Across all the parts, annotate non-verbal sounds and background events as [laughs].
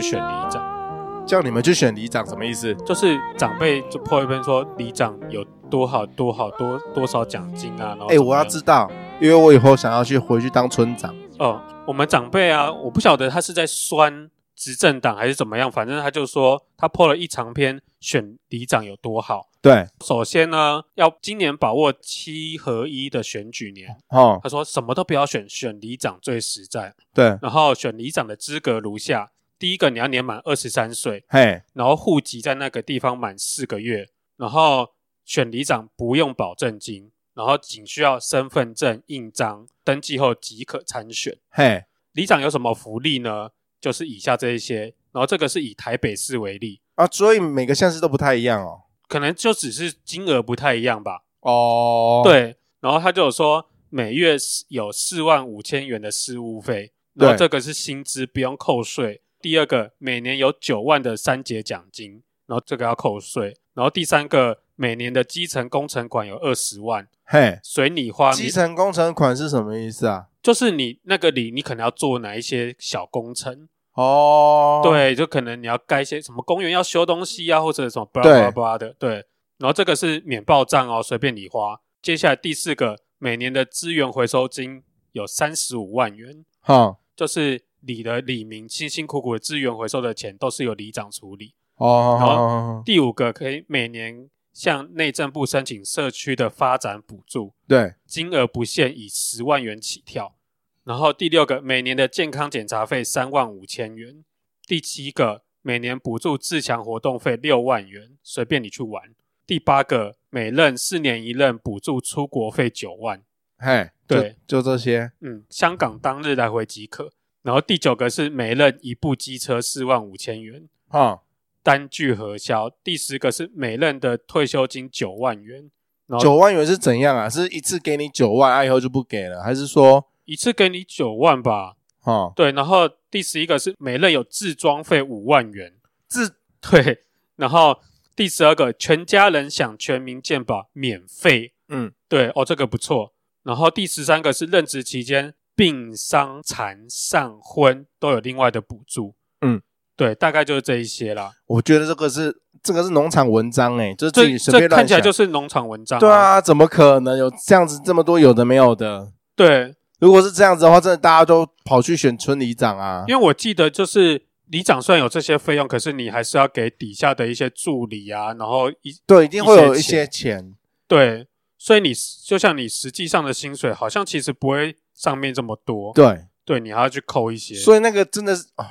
选里长，叫你们去选里长什么意思？就是长辈就破一篇说里长有多好多好多多少奖金啊，然后哎、我怎么要样知道，因为我以后想要去回去当村长。哦，我们长辈啊，我不晓得他是在酸执政党还是怎么样，反正他就说他破了一长篇选里长有多好。对，首先呢，要今年把握七合一的选举年。哦，他说什么都不要选，选里长最实在。对，然后选里长的资格如下：第一个，你要年满二十三岁，嘿，然后户籍在那个地方满四个月，然后选里长不用保证金，然后仅需要身份证印章登记后即可参选。嘿，里长有什么福利呢？就是以下这一些，然后这个是以台北市为例，啊，所以每个县市都不太一样哦。可能就只是金额不太一样吧。哦，，对，然后他就有说每月有四万五千元的事务费，然后对这个是薪资不用扣税。第二个，每年有九万的三节奖金，然后这个要扣税。然后第三个，每年的基层工程款有二十万，嘿，随你花，基层工程款是什么意思啊？就是你那个里，你可能要做哪一些小工程，哦，，对，就可能你要盖一些什么公园要修东西啊，或者什么巴拉对巴拉巴拉的，对。然后这个是免报账哦，随便你花。接下来第四个，每年的资源回收金有三十五万元，哈、就是里的里民辛辛苦苦的资源回收的钱都是由里长处理。哦，哦，然后哦，第五个，可以每年向内政部申请社区的发展补助，对，金额不限，以十万元起跳。然后第六个，每年的健康检查费三万五千元。第七个，每年补助自强活动费六万元，随便你去玩。第八个，每任四年一任补助出国费九万，嘿，对就，就这些。嗯，香港当日来回即可。然后第九个是每任一部机车四万五千元，哈、单据核销。第十个是每任的退休金九万元，然后九万元是怎样啊？是一次给你九万，啊，以后就不给了，还是说，一次给你九万吧，哦，对，然后第十一个是每任有自装费五万元，自 [laughs] 对，然后第十二个全家人享全民健保免费，嗯，对，哦，这个不错。然后第十三个是任职期间病伤残丧婚都有另外的补助，嗯，对，大概就是这一些啦。我觉得这个是这个是农场文章哎、就是自这己随便这乱看起来想啊就是农场文章、对，啊，怎么可能有这样子这么多有的没有的？对，如果是这样子的话，真的大家都跑去选村里长啊。因为我记得就是里长虽然有这些费用，可是你还是要给底下的一些助理啊，然后一对，一定会有一一些些钱。对，所以你就像你实际上的薪水，好像其实不会上面这么多，对，对你还要去扣一些。所以那个真的是，哦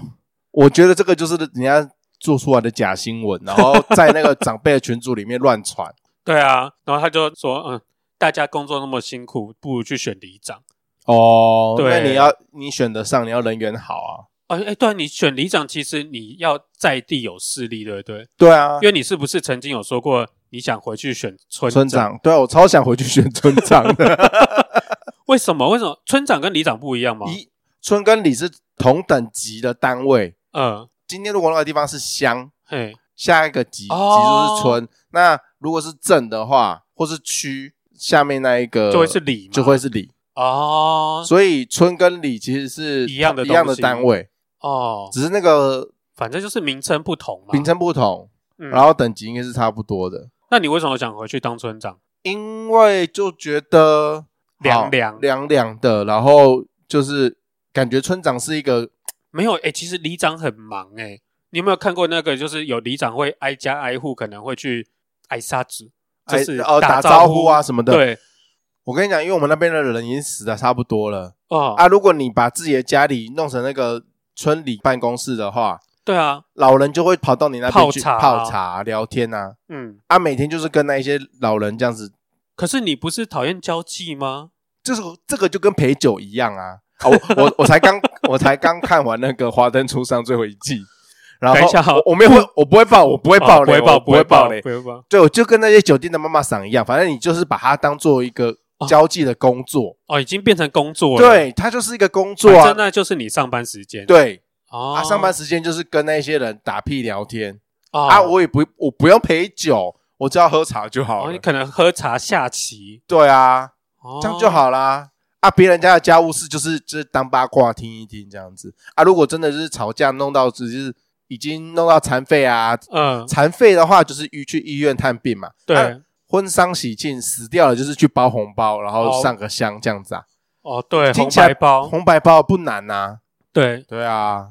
我觉得这个就是人家做出来的假新闻，然后在那个长辈的群组里面乱传。对啊，然后他就说，嗯，大家工作那么辛苦，不如去选里长。 [laughs] 哦，对那你要你选得上，你要人缘好啊。哎、哎，对、啊，你选里长，其实你要在地有势力，对不对？对啊因，为你是不是曾经有说过你想回去选村村？长，对啊，我超想回去选村长的。 [laughs] 为什么？为什么村长跟里长不一样吗？一村跟里是同等级的单位，嗯，今天如果那个地方是乡，嘿，下一个级级哦数是村，那如果是镇的话，或是区，下面那一个就会是里嘛，就会是里，哦所以村跟里其实是一样的一样东的西单位，哦，只是那个反正就是名称不同嘛。名称不同，嗯然后等级应该是差不多的。那你为什么想回去当村长？因为就觉得凉好凉凉凉的，然后就是感觉村长是一个没有，哎、其实里长很忙哎、你有没有看过那个？就是有里长会挨家挨户，可能会去挨沙子，就是哎呃打招招呼啊什么的。，对，我跟你讲，因为我们那边的人已经死的差不多了哦，啊，如果你把自己的家里弄成那个村里办公室的话，对啊，老人就会跑到你那边去泡茶啊泡茶、聊天啊，嗯。啊，每天就是跟那一些老人这样子，可是你不是讨厌交际吗？就是这个就跟陪酒一样啊。啊我我我才刚我才刚看完那个《华灯初上》最后一季，然等一下哦后我我没有会我不会爆我不会爆哦不雷，会爆，我不会爆，爆不雷，会爆。对，我就跟那些酒店的妈妈桑一样，反正你就是把它当做一个哦交际的工作，哦，已经变成工作了。，对，它就是一个工作反啊正，那就是你上班时间。，对，哦，啊，上班时间就是跟那些人打屁聊天哦啊，我也不我不用陪酒，我只要喝茶就哦，好你了，可能喝茶下棋，对啊，哦这样就。好啦。啊，别人家的家务事就是就是当八卦听一听这样子啊。如果真的就是吵架弄到只是已经弄到残废啊，嗯，残废的话就是医去医院探病嘛。对，啊婚丧喜庆死掉了就是去包红包，然后上个香这样子啊。哦，对，听红起来白包，红白包不难呐、对，对啊，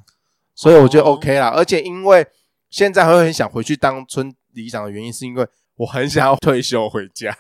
所以我觉得哦 OK 啦。而且因为现在还会很想回去当村里长的原因，是因为我很想要退休回家，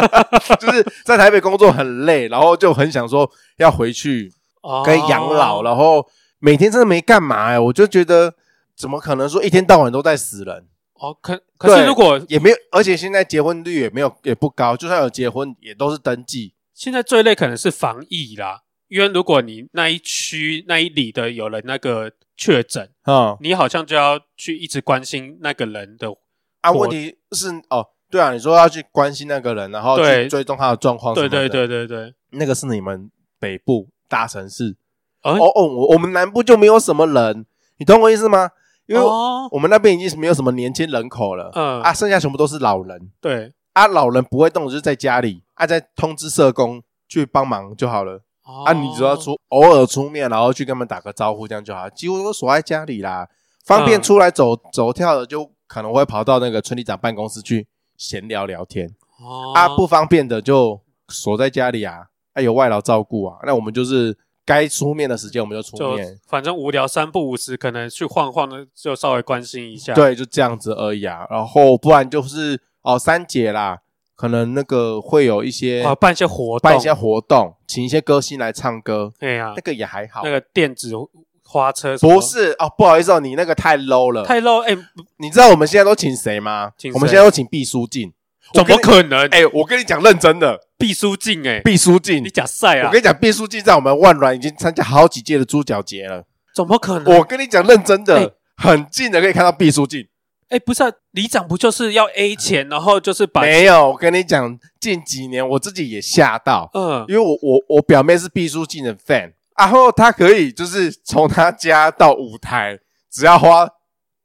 [laughs] 就是在台北工作很累，然后就很想说要回去哦跟养老，然后每天真的没干嘛哎、我就觉得怎么可能说一天到晚都在死人，哦，可可是对如果也没有，而且现在结婚率也没有也不高，就算有结婚也都是登记。现在最累可能是防疫啦，因为如果你那一区那一里的有了那个确诊，嗯你好像就要去一直关心那个人的，啊，我问题是哦，对啊，你说要去关心那个人，然后去对追踪他的状况什对么的，对对对对，那个是你们北部大城市。哦哦哦，我我们南部就没有什么人，你懂我意思吗？因为哦，我们那边已经没有什么年轻人口了，嗯啊，剩下全部都是老人对，啊，老人不会动，就是在家里啊，再通知社工去帮忙就好了。啊，啊你只要出偶尔出面，然后去跟他们打个招呼，这样就好，几乎都锁在家里啦。方便嗯出来走、走跳的，就可能会跑到那个村里长办公室去闲聊聊天。哦啊，不方便的就锁在家里啊，啊有外劳照顾啊，那我们就是该出面的时间我们就出就面，反正无聊三不五时，可能去晃晃的，就稍微关心一下。，对，就这样子而已啊。然后不然就是哦三节啦，可能那个会有一些、啊，办一些活动，办一些活动，请一些歌星来唱歌，哎呀那，个也还好。那个电子花车什么不是哦，不好意思哦，你那个太 low 了。太 low，哎，你知道我们现在都请谁吗？请谁我们现在都请毕书尽。怎我跟么你？可能？哎、我跟你讲，认真的，毕书尽，哎，毕书尽你。假赛我啊跟？你讲，毕书尽在我们万峦已经参加好几届的猪脚节了。怎么可能？我跟你讲，认真的，嗯哎很近的可以看到毕书尽。哎，不是啊，里长不就是要 A 钱，然后就是把没有，我跟你讲，近几年我自己也吓到，嗯因为我我我表妹是毕书尽的 fan，然啊后她可以就是从她家到舞台，只要花，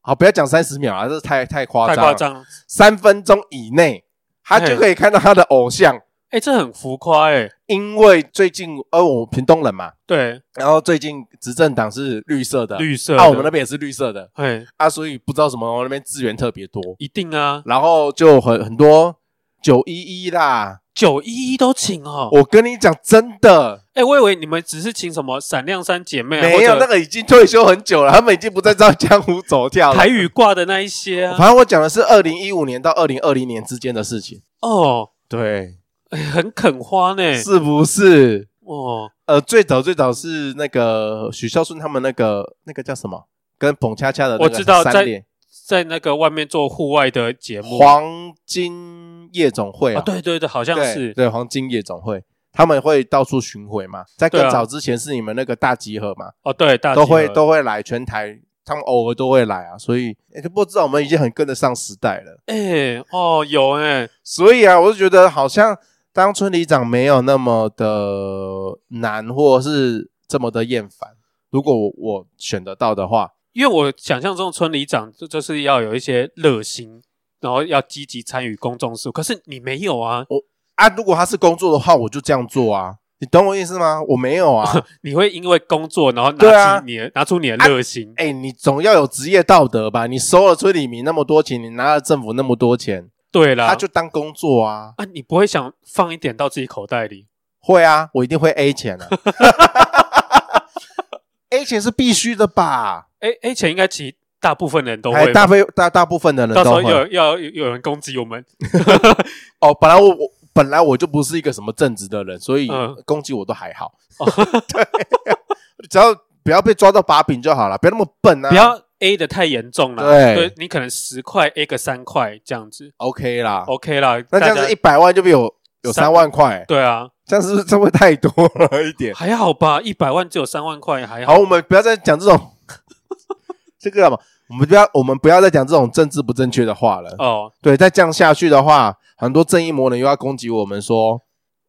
好不要讲三十秒啊，这太太夸太张，夸，张了，三分钟以内，她就可以看到她的偶像。哎，这很浮夸哎。因为最近，呃，我屏东人嘛，对，然后最近执政党是绿色的，绿色的。啊，我们那边也是绿色的哎，啊，所以不知道什么那边资源特别多，一定啊，然后就很很多九一一啦。九一一都请哦。我跟你讲，真的哎，我以为你们只是请什么闪亮三姐妹啊，没有或那者个已经退休很久了，他们已经不再在江湖走跳了。台语挂的那一些啊。反正我讲的是二零一五年到二零二零年之间的事情，哦，对，哎很肯花呢。是不是？哦，呃，最早最早是那个许孝顺他们那个那个叫什么，跟彭恰恰的那我个知道三在连在那个外面做户外的节目黄金夜总会啊，啊，对对对，好像对是。对黄金夜总会，他们会到处巡回嘛。在对更啊早之前是你们那个大集合嘛，哦，对，大都集合会都会来，全台他们偶尔都会来啊，所以、欸、就不知道我们已经很跟得上时代了。哎哦有哎，所以啊，我就觉得好像当村里长没有那么的难，或是这么的厌烦。如果我我选得到的话，因为我想象中村里长就就是要有一些热心，然后要积极参与公众事务，可是你没有啊，啊，如果他是工作的话，我就这样做啊。你懂我意思吗？我没有啊， [laughs] 你会因为工作然后对拿啊起你的、拿出你的热心，哎、你总要有职业道德吧？你收了村里民那么多钱，你拿了政府那么多钱，对啊他、啦，就当工作啊。啊，你不会想放一点到自己口袋里？会啊，我一定会 A 钱啊。A 钱是必须的吧？哎哎，钱应该其实大部分人都还会吧，大非大大部分的人到时都候会有要有有人攻击我们，哦。本来我我本来我就不是一个什么正直的人，所以嗯攻击我都还好。 [laughs] 对，只要不要被抓到把柄就好了，不要那么笨啊。不要 A 的太严重啦。对对你可能十块 A 个三块这样子 OK 啦。 ，OK 啦。啊那这哦大样家子一百万就有有三三万块，对啊，这样是不是这会太多了一点？还好吧，一百万只有三万块，还好。好，我们不要再讲这种 [laughs] 这个了嘛，我们不要我们不要再讲这种政治不正确的话了。哦对，再这样下去的话，很多正义魔人又要攻击我们说，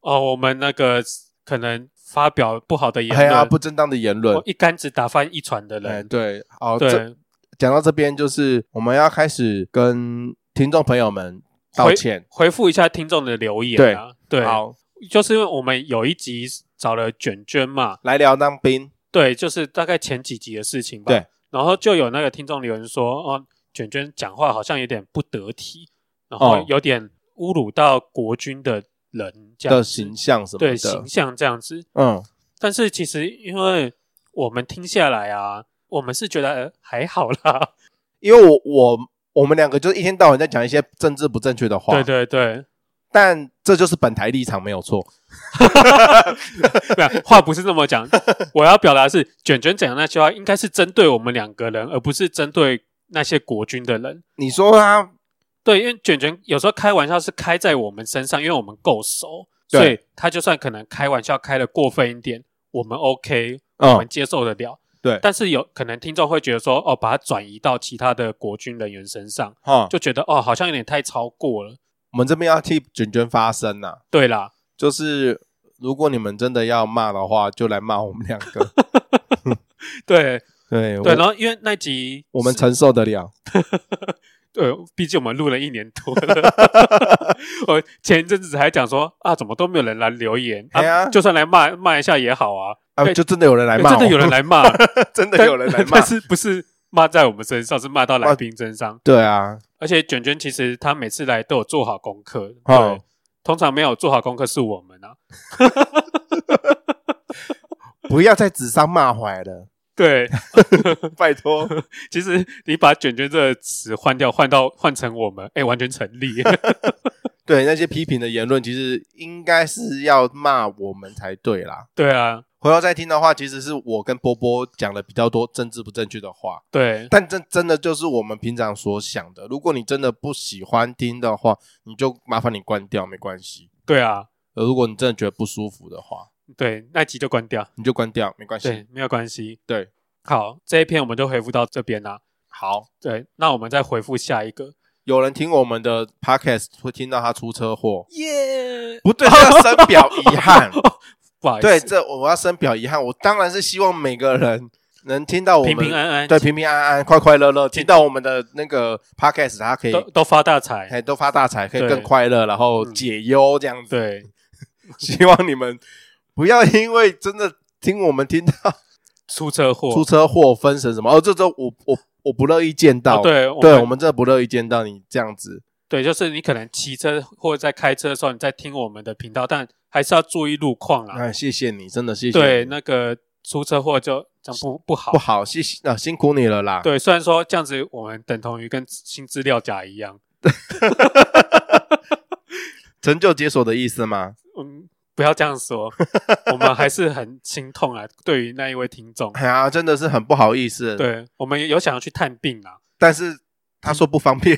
哦，我们那个可能发表不好的言哎论，呀，不正当的言论哦。一竿子打翻一船的哎，人。对，好，这对，讲到这边就是我们要开始跟听众朋友们道歉。回复一下听众的留言啊。对，好，就是因为我们有一集找了卷卷嘛，来聊当兵，对，就是大概前几集的事情吧。对，然后就有那个听众留言说，哦，卷卷讲话好像有点不得体，然后哦有点侮辱到国军的人这样的子形象什么的，对形象这样子。嗯，但是其实因为我们听下来啊，我们是觉得、呃还好啦，因为我我我们两个就是一天到晚在讲一些政治不正确的话， [laughs] 对对对，但这就是本台立场没有错。 [laughs] 没有话不是这么讲，我要表达的是卷卷讲的那句话应该是针对我们两个人，而不是针对那些国军的人。你说他对，因为卷卷有时候开玩笑是开在我们身上，因为我们够熟，对所以他就算可能开玩笑开的过分一点，我们 OK，嗯我们接受得了。对但是有可能听众会觉得说，哦，把它转移到其他的国军人员身上，哈，就觉得哦，好像有点太超过了。我们这边要替卷卷发声呐、对啦，就是如果你们真的要骂的话，就来骂我们两个。对对对，我然后因为那集我们承受得了。对，毕竟我们录了一年多了。 [laughs] 我前一阵子还讲说啊，怎么都没有人来留言，啊哎呀就算来骂骂一下也好啊，啊，对就真的有人来骂我，真的有人来骂， [laughs] 真的但有人 [laughs] 来骂但。是不是骂在我们身上，是骂到来宾身上。 [laughs] 对啊，而且卷卷其实他每次来都有做好功课，哦对，通常没有做好功课是我们啊， [laughs] 不要在纸上骂怀了， [laughs] 对。拜 [laughs] 托。其实你把“卷卷”这个词换掉，换到换成我们，哎，完全成立。 [laughs] 对那些批评的言论，其实应该是要骂我们才对啦。对啊，回头再听的话，其实是我跟波波讲的比较多政治不正确的话，对但这真的就是我们平常所想的。如果你真的不喜欢听的话，你就麻烦你关掉，没关系。对啊，呃，如果你真的觉得不舒服的话，对，那集就关掉。你就关掉，没关系。对，没有关系。对，好，这一篇我们就回复到这边啦、好，对，那我们再回复下一个。有人听我们的 podcast 会听到他出车祸，耶、不对，这要深表遗 [laughs] 憾。不好意对，思，这我要深表遗憾。我当然是希望每个人能听到我们平平安安，对，平平安安、快快乐乐，听到我们的那个 podcast，他可以都都发大财。哎都发大财，可以对更快乐，然后嗯解忧这样子。对，希望你们不要因为真的听我们听到出车祸，出车祸、分神什么，哦，这周我我我不乐意见到。哦、对，我对，们我们真的不乐意见到你这样子。对，就是你可能骑车或者在开车的时候，你在听我们的频道，但还是要注意路况啦。哎，谢谢你，真的谢谢。对，，那个出车祸就这样不不好。不好，谢谢啊，辛苦你了啦。对，虽然说这样子，我们等同于跟新资料夹一样，成就解锁的意思吗？嗯，不要这样 [laughs] 说，我们还是很心痛啊，对于那一位听 [laughs] 众。哎呀，真的是很不好意思。，对，我们有想要去探病啊啦，但是他说不方便，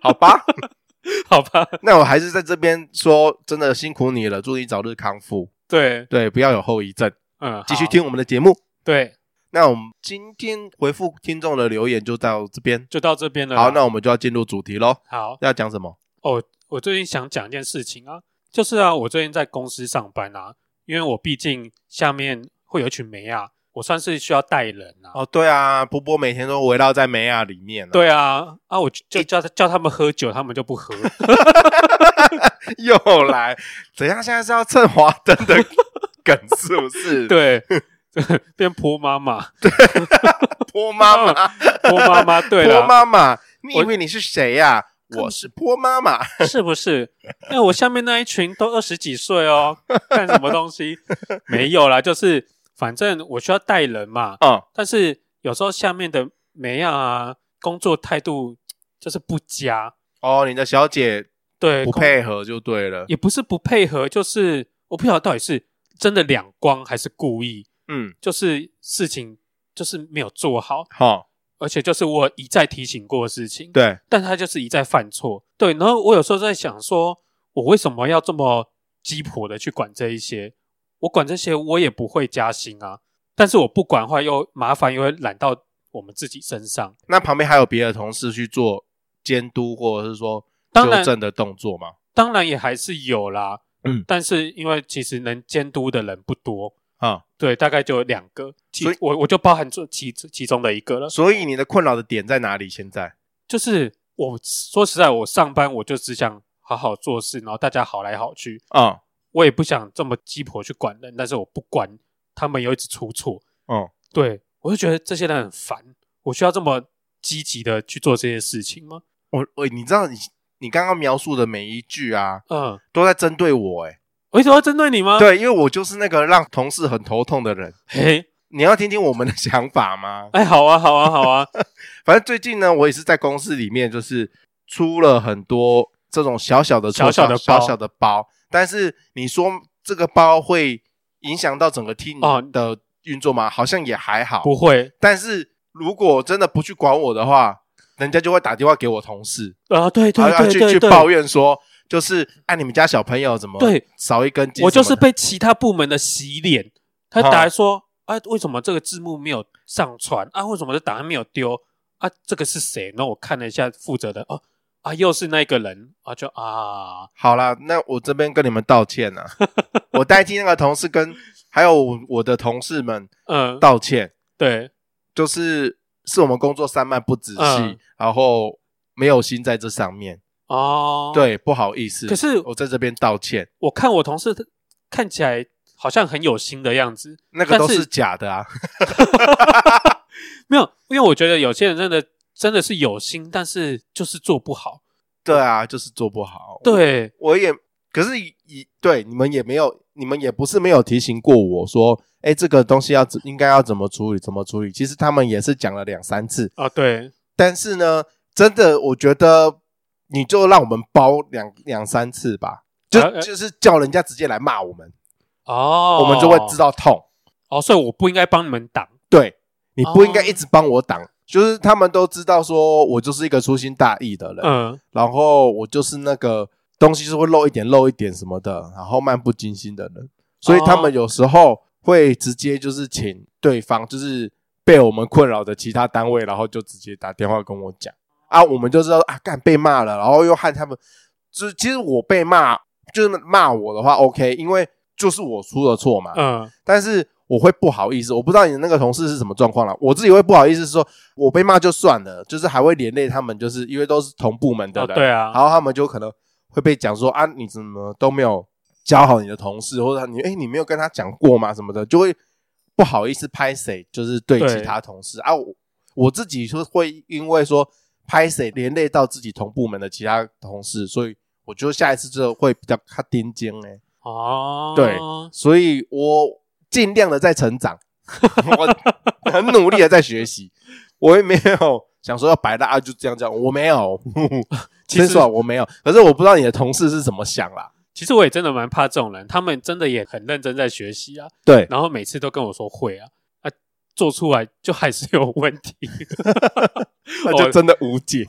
好吧。 [laughs] 好吧？那我还是在这边说，真的辛苦你了，祝你早日康复，对，对，不要有后遗症，嗯，继续好。听我们的节目。对，那我们今天回复听众的留言就到这边，就到这边了啦。好，那我们就要进入主题喽，好要讲什么？哦，我最近想讲一件事情啊，就是啊，我最近在公司上班啊，因为我毕竟下面会有一群梅啊，我算是需要带人啊。哦，对啊，波波每天都围绕在梅亚里面、，对啊，啊，我就就叫他叫他们喝酒，他们就不 [laughs] 喝。又来，怎样？现在是要蹭华灯的梗是不 [laughs] 是？，对， [laughs] 变泼妈妈， [laughs] 波妈妈，泼妈妈，对波了，妈妈，你我以为你是谁呀、根我本是波妈妈， [laughs] 是不是？那我下面那一群都二十几岁哦，干什么东 [laughs] 西？没有啦，就是反正我需要带人嘛，嗯，但是有时候下面的梅亚啊，工作态度就是不佳，哦，你的小姐对，不工配合就对了，也不是不配合，就是我不晓得到底是真的两光还是故意，嗯，就是事情就是没有做好，好，而且就是我一再提醒过的事情，对，但他就是一再犯错，对。然后我有时候在想说，我为什么要这么鸡婆的去管这一些？我管这些我也不会加薪啊，但是我不管的话又麻烦又会揽到我们自己身上。那旁边还有别的同事去做监督或者是说当然纠正的动作嘛？当然也还是有啦，嗯但是因为其实能监督的人不多，啊、对，大概就有两个，其所以我我就包含这其其中的一个了，所以你的困扰的点在哪里？现在就是我说实在，我上班我就只想好好做事，然后大家好来好去，啊，我也不想这么鸡婆去管人，但是我不管他们又一直出错，嗯，对我就觉得这些人很烦，我需要这么积极的去做这些事情吗？我我你知道你你刚刚描述的每一句啊，嗯，都在针对我哎、我一直要针对你吗？，对，因为我就是那个让同事很头痛的人。嘿，你要听听我们的想法吗？哎，好啊，好啊，好 [laughs] 啊，反正最近呢，我也是在公司里面，就是出了很多这种小小的小小的小包小的包，但是你说这个包会影响到整个 team 哦的运作吗？好像也还好。不会但是如果真的不去管我的话，人家就会打电话给我同事，啊，对对然后对去去对对，抱怨说，就是按你们家小朋友怎么对少一根筋什么的，我就是被其他部门的洗脸，他哦打来说，啊，为什么这个字幕没有上传？啊，为什么这档案没有丢？啊，这个是谁？然后我看了一下负责人，哦，啊，又是那个人，啊，就啊，好啦，那我这边跟你们道 [laughs] 歉啊，我代替那个同事跟还有我我的同事们嗯，道歉，对，就是是我们工作散漫不仔细，嗯然后没有心在这上面，哦，，对，哦不好意思。可是我在这边道歉，我看我同事他看起来好像很有心的样子，那个都但是是假的啊。没有，因为我觉得有些人真的真的是有心，但是就是做不好。对啊，就是做不好。，对，我也可是以对你们也没有，你们也不是没有提醒过我说，哎，这个东西要怎应该要怎么处理，怎么处理。其实他们也是讲了两三次，啊，对，但是呢，真的，我觉得你就让我们包两两三次吧，就、啊呃就是叫人家直接来骂我们，哦，我们就会知道。道痛。哦，所以我不应该帮你们挡。对，你不应该哦一直帮我挡，就是他们都知道说我就是一个粗心大意的人，嗯，然后我就是那个东西就是会漏一点漏一点什么的，然后漫不经心的人，所以他们有时候会直接就是请对方就是被我们困扰的其他单位，然后就直接打电话跟我讲啊，我们就知道啊，干被骂了，然后又和他们，就是其实我被骂就是骂我的话 OK，因为就是我出了错嘛，嗯，但是我会不好意思，我不知道你那个同事是什么状况了，我自己会不好意思说，我被骂就算了，就是还会连累他们，就是因为都是同部门的哦，人，对啊，然后他们就可能会被讲说啊，你怎么都没有教好你的同事，或者你哎、你没有跟他讲过吗？什么的，就会不好意思拍谁，就是对对其他同事啊，我我自己就会因为说拍谁连累到自己同部门的其他同事，所以我就下一次就会比较卡丁尖哎、哦，对所以我尽量的在成长， [laughs] 我很努力的在学习，我也没有想说要白大啊，就这样这样，我没有， [laughs] 其实其实我没有，可是我不知道你的同事是怎么想啦。其实我也真的蛮怕这种人，他们真的也很认真在学习啊，对，然后每次都跟我说会啊，啊，做出来就还是有问题。啊那就真的无解。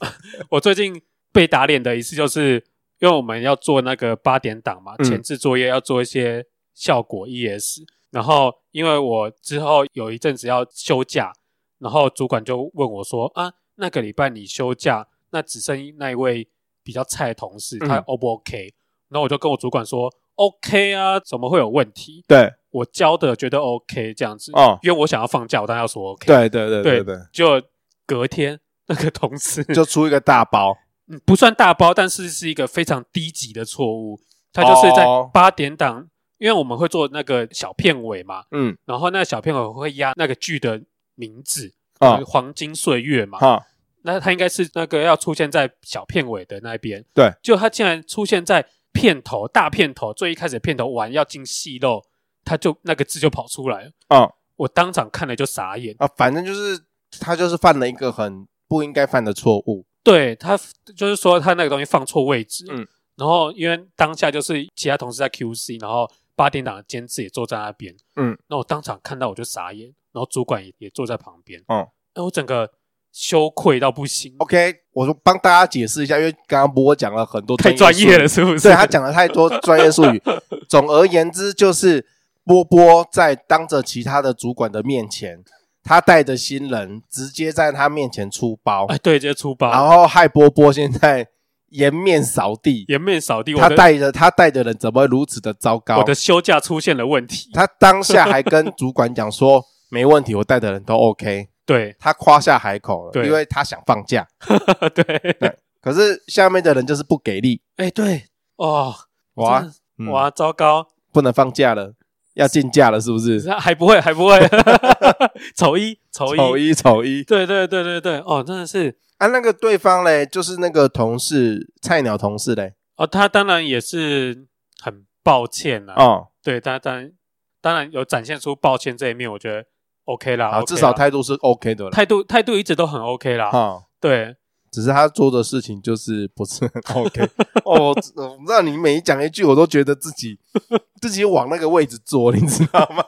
我最近被打脸的一次，就是因为我们要做那个八点档嘛，嗯前置作业要做一些效果 ES，然后因为我之后有一阵子要休假，然后主管就问我说啊，那个礼拜你休假，那只剩那一位比较菜的同事，他嗯 O 不 OK？、然后我就跟我主管说 OK 啊，怎么会有问题？ [laughs] 对，我教的觉得 OK 这样子，哦因为我想要放假，我当然要说 OK。，对，对，对，对对，对，就隔天那个同事就出一个大包。嗯，不算大包，但是是一个非常低级的错误。它就是在哦八点档，因为我们会做那个小片尾嘛，嗯，然后那个小片尾会压那个剧的名字，啊就是，黄金岁月嘛。哈，那它应该是那个要出现在小片尾的那边。对，就它竟然出现在片头大片头最一开始的片头完要进戏肉，它就那个字就跑出来了，啊我当场看了就傻眼。啊，反正就是他就是犯了一个很不应该犯的错误。对他就是说他那个东西放错位置，嗯然后因为当下就是其他同事在 QC，然后八点档的监制也坐在那边，嗯，那我当场看到我就傻眼，然后主管也也坐在旁边，嗯，哎，我整个羞愧到不行， OK，我就帮大家解释一下，因为刚刚波讲了很多太专术业了，是 [laughs] 不是？对他讲了太多专业术语。总而言之，就是波波在当着其他的主管的面前，他带着新人直接在他面前出包，哎，对，直接出然包，后害波波现在颜面扫地。颜面扫地，我他的带着他带的人怎么会如此的糟糕我？的休假出现了问题， [laughs] 他当下还跟主管讲说没问题，我带的人都 OK。对 [laughs] 他夸下海口了，对因为他想放假，对，可是下面的人就是不给力，哎对，哦，哇真的嗯哇，糟糕，不能放假了。要竞价了，是不是？那还不会，还不 [laughs] 会，丑一丑一丑一丑一对对对对对，哦，真的是啊！那个对方嘞，就是那个同事菜鸟同事嘞，哦，他当然也是很抱歉啦，哦，对，他当然当然有展现出抱歉这一面，我觉得 OK 啦，好， OK 啊至少啦态度是 OK 的了，态度态度一直都很 OK 啦，哈。对，只是他做的事情就是不是 [laughs] 很 OK 哦，我让你每讲一句，我都觉得自 [laughs] 己自己往那个位置坐，你知道吗？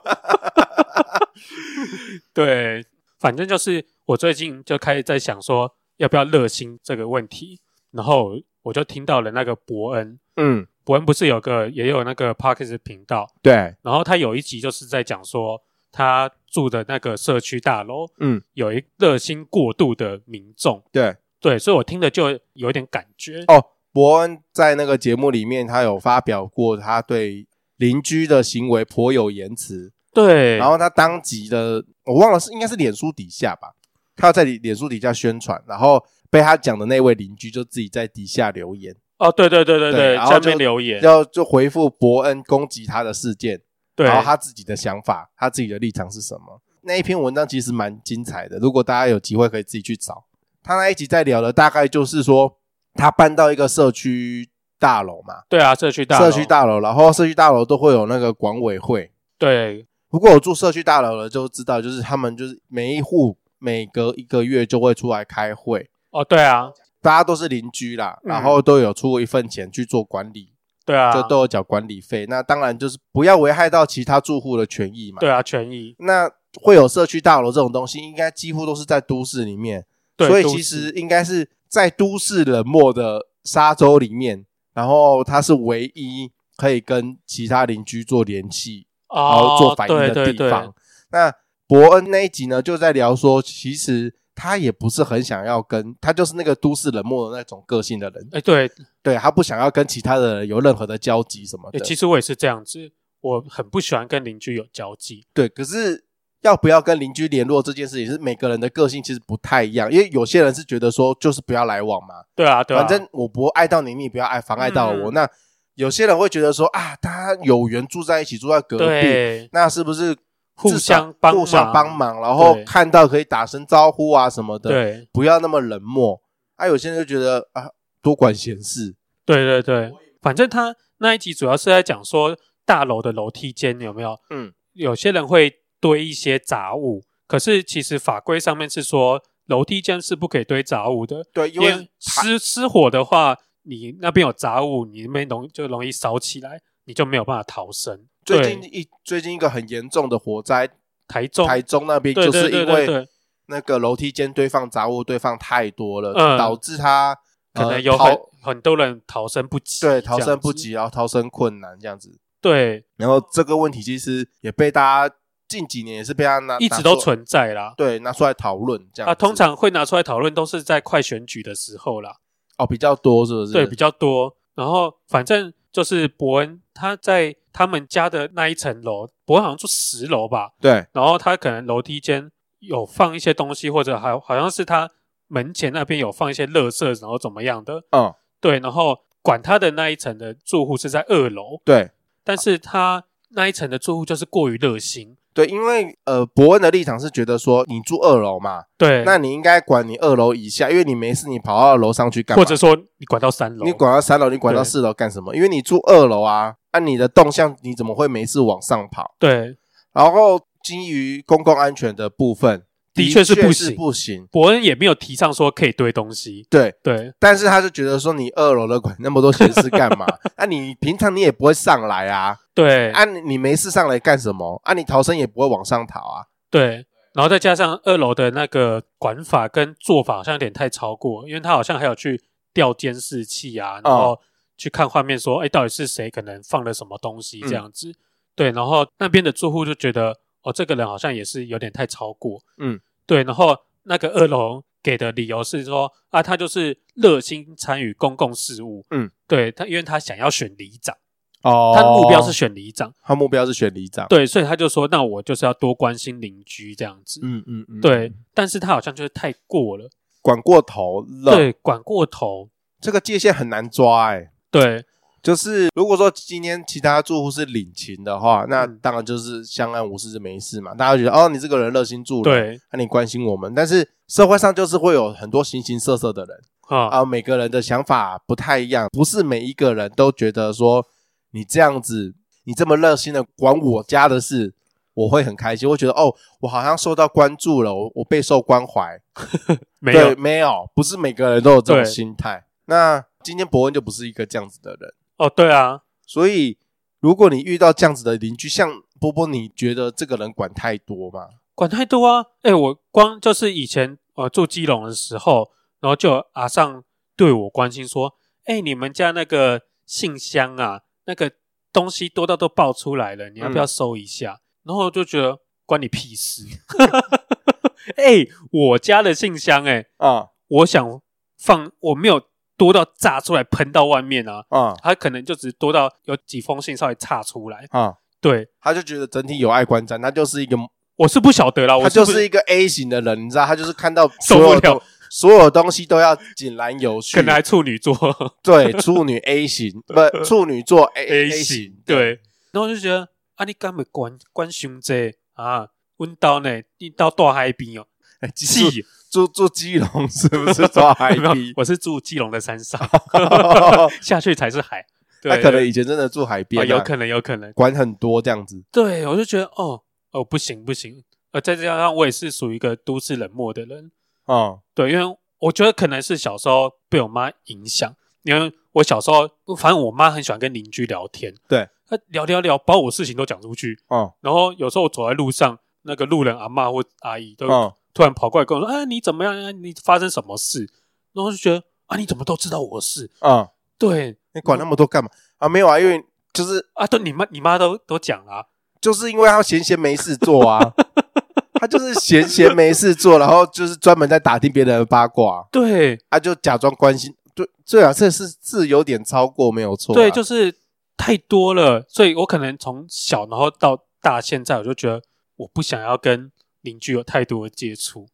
[laughs] 对，反正就是我最近就开始在想说要不要热心这个问题，然后我就听到了那个伯恩，嗯，伯恩不是有个也有那个 Parkes 频道，对，然后他有一集就是在讲说他住的那个社区大楼嗯，有一热心过度的民众，对。对，所以我听了就有点感觉，哦，伯恩在那个节目里面，他有发表过他对邻居的行为颇有言辞，对，然后他当即的，我忘了是应该是脸书底下吧，他要在脸脸书底下宣传，然后被他讲的那位邻居就自己在底下留言，哦，对对对对对对，然后下就面留言，要就回复伯恩攻击他的事件，对，然后他自己的想法，他自己的立场是什么？那一篇文章其实蛮精彩的，如果大家有机会可以自己去找。他那一集在聊的大概就是说，他搬到一个社区大楼嘛，对啊，社区大楼社区大楼，然后社区大楼都会有那个管委会。对如果我住社区大楼了，就知道就是他们就是每一户每隔一个月就会出来开会，哦，对啊，大家都是邻居啦，嗯然后都有出一份钱去做管理，对啊，就都有缴管理费。那当然就是不要危害到其他住户的权益嘛。对啊，权益那会有社区大楼这种东西，应该几乎都是在都市里面，对所以都其市实应该是在都市冷漠的沙洲里面，然后它是唯一可以跟其他邻居做联系，然后哦，做反应对的对地对方。那伯恩那一集呢，就在聊说，其实他也不是很想要跟，他就是那个都市冷漠的那种个性的人，哎，对，对他不想要跟其他的人有任何的交集什么哎的。其实我也是这样子，我很不喜欢跟邻居有交际。对，可是要不要跟邻居联络这件事情，是每个人的个性其实不太一样，因为有些人是觉得说就是不要来往嘛，对啊，对啊，反正我不爱到你，你也不要爱妨碍到我。嗯那有些人会觉得说啊，他有缘住在一起，住在隔壁，对那是不是互至少相帮互相忙帮忙，然后对看到可以打声招呼啊什么的，对不要那么冷漠。啊，有些人就觉得啊，多管闲事，对对对，反正他那一集主要是在讲说大楼的楼梯间有没有，嗯，有些人会堆一些杂物，可是其实法规上面是说楼梯间是不可以堆杂物的，对，因因为为失失火的话，你那边有杂物，你那边容就容易烧起来，你就没有办法逃生。最对近一最近一个很严重的火灾，台中，台中那边对就是对对因对为对，那个楼梯间堆放杂物堆放太多了，嗯导致他可呃能有很逃很多人逃生不及，对逃这样生不子及，，然后逃生困难这样子。对，然后这个问题其实也被大家近几年也是被他拿一直都拿出存在啦。对拿出来讨论这样子。啊，通常会拿出来讨论都是在快选举的时候啦，哦比较多是不是？对，比较多。然后反正就是伯恩他在他们家的那一层楼，伯恩好像住十楼吧，对然后他可能楼梯间有放一些东西，或者还好像是他门前那边有放一些垃圾，然后怎么样的，嗯对，然后管他的那一层的住户是在二楼，对但是他那一层的住户就是过于热心，对，因为呃伯恩的立场是觉得说你住二楼嘛，对，那你应该管你二楼以下，因为你没事你跑到楼上去干嘛？或者说你管到三楼，你管到三楼，你管到对四楼干什么？因为你住二楼啊，按、你的动向你怎么会没事往上跑？对，然后基于公共安全的部分，的确是不不行，行伯恩也没有提倡说可以堆东西，对，对但是他就觉得说你二楼的管那么多闲事干嘛？ [laughs] 啊，你平常你也不会上来啊，对、啊，你你没事上来干什么？啊，你逃生也不会往上逃啊。对，然后再加上二楼的那个管法跟做法好像有点太超过，因为他好像还有去调监视器啊，然哦后去看画面说，哎、到底是谁可能放了什么东西这嗯样子。对，然后那边的住户就觉得，哦，这个人好像也是有点太超过，嗯，对，然后那个二楼给的理由是说，啊，他就是热心参与公共事务，嗯，对他，因为他想要选里长，哦他的目标是选里长。他目标是选里长。，对，所以他就说，那我就是要多关心邻居这样子。嗯嗯嗯，对，，但是他好像就是太过了，管过头了，对，管过头，这个界限很难抓哎、对，就是如果说今天其他住户是领情的话，那嗯当然就是相安无事是没事嘛。大家觉得哦，你这个人热心助人，对那、你关心我们。但是社会上就是会有很多形形色色的人啊，啊，每个人的想法不太一样，不是每一个人都觉得说你这样子，你这么热心的管我家的事，我会很开心，会觉得哦，我好像受到关注了，我我备受关怀。没对，有没有，不是每个人都有这种对心态。那今天伯恩就不是一个这样子的人。哦，对啊，所以，如果你遇到这样子的邻居，像波波，你觉得这个人管太多吗？管太多啊！哎，我光就是以前呃住基隆的时候，然后就有阿尚对我关心说：“哎，你们家那个信箱啊，那个东西多到都爆出来了，你要不嗯要收一下？”然后我就觉得关你屁事。 [laughs] 哎，我家的信箱、哎，啊我想放，我没有多到炸出来喷到外面啊，啊它可能就只多到有几封信稍微差出来。啊！对，他就觉得整体有碍观瞻，他就是一个我是不晓得啦，我他就是不是一个 A 型的人，你知道，他就是看到受所不有了东所有东西都要井然有序可。能还处女座对，处女 A 型不处女座 A A [laughs] A 型型，，对，然后我就觉得啊，你干嘛管管胸这啊？温刀呢？你到大海边哦，哎住气住住基隆是不是抓 [laughs] 海没有边？我是住基隆的山 [laughs] 上哦，下去才是海。他对，可能对以前真的住海边啊，啊，有可能，有可能。管很多这样子。对，我就觉得哦哦，不行不行，呃，再加上我也是属于一个都市冷漠的人，哦对，因为我觉得可能是小时候被我妈影响，因为我小时候，反正我妈很喜欢跟邻居聊天，对，她聊聊聊，把我事情都讲出去，哦然后有时候我走在路上，那个路人阿嬷或阿姨都哦突然跑过来跟我说：“啊，你怎么样？啊你发生什么事？”然后就觉得啊，你怎么都知道我的事？哦，对你管那么多干嘛啊？没有啊，因为就是啊，对，你妈你妈都都讲啊啦、就是因为他闲闲没事 [laughs] 做啊，他就是闲闲没事做，然后就是专门在打听别人的八卦，啊对他、就假装关心。对，最好这是是有点超过，没有错啊、对，就是太多了，所以我可能从小然后到大，现在我就觉得我不想要跟邻居有太多的接触。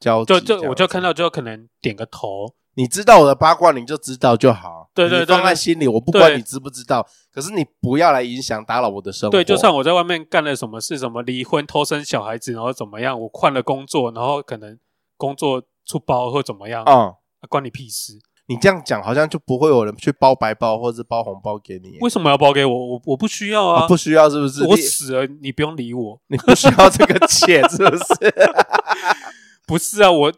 交集就这就样子我就看到就可能点个头，你知道我的八卦，你就知道就好，对对对你放在心里，我不管对你知不知道，可是你不要来影响打扰呃我的生活。对，就算我在外面干了什么事，什么离婚、偷生小孩子，然后怎么样，我换了工作，然后可能工作出包或怎么样，啊、嗯，关你屁事！你这样讲好像就不会有人去包白包或者是包红包给你，为什么要包给我？我我不需要啊，啊不需要是不是？我你死了你不用理我。你不需要这个钱是 [laughs] 不是？不是啊，我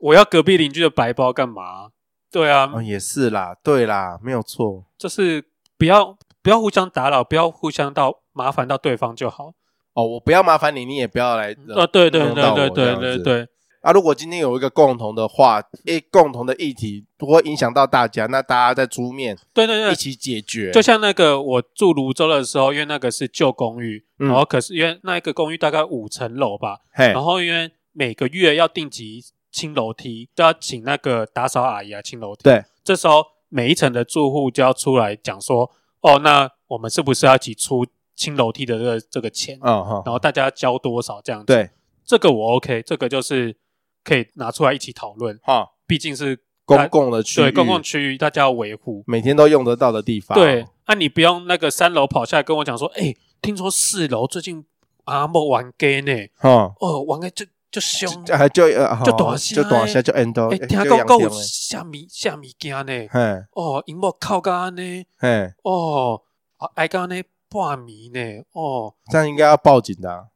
我要隔壁邻居的白包干嘛？对啊，哦，也是啦，对啦，没有错。就是不要不要互相打扰，不要互相到麻烦到对方就好。哦，我不要麻烦你，你也不要来惹啊，对对弄到对对我这对样对子对，啊！如果今天有一个共同的话，一共同的议题会影响到大家，那大家在出面对对对一，起解决。就像那个我住泸州的时候，因为那个是旧公寓，嗯然后可是因为那一个公寓大概五层楼吧，嘿，然后因为每个月要定级清楼梯，就要请那个打扫阿姨来清楼梯。对，这时候每一层的住户就要出来讲说，哦，那我们是不是要一起出清楼梯的这个这个钱？嗯哈，然后大家交多少这样子？，对，这个我 OK，这个就是可以拿出来一起讨论，哈，毕竟是公共的区域，对公共区域，大家要维护。每天都用得到的地方。对，，啊，你不用那个三楼跑下来跟我讲说，哎、听说四楼最近阿莫玩 gay 呢，哈，哦，玩 gay 就就凶，还就呃就哦大声就短的下就 end 到，哎、哎听就讲两够天有了下米下米惊呢，嘿，哦，荧幕靠干呢，嘿，哦，啊，爱干呢半暝呢，哦，这样应该要报警的啊。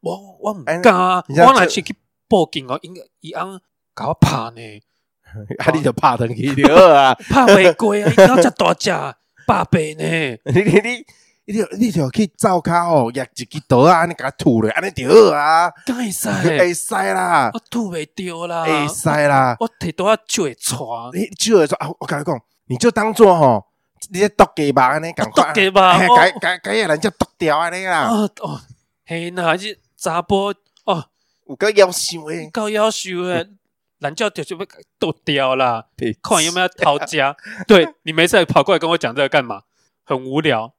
我我唔哎敢啊，你这样我若就是去报警哦，应该伊翁甲我拍呢，啊，你就怕疼去了啊！ [laughs] 拍袂过啊，伊敢遮大只， [laughs] 百倍呢，你你你。你就你就去灶骹哦，夹一支刀啊，安尼甲吐落，安尼就好啊，敢会 [laughs] 使？会使啦。我吐袂掉啦，会使啦。我提到啊就会喘，你就会说啊，我跟你讲，你就当做吼，你在剁鸡吧，安尼赶快，剁鸡肉嘿哦改改改个人家剁掉安尼啦，啊哦，嘿那是查甫哦，有够夭寿诶，够夭寿诶，懒觉就是要剁掉 [laughs] 啦，看有没有逃家。对你没事跑过来跟我讲这个干嘛？很无聊。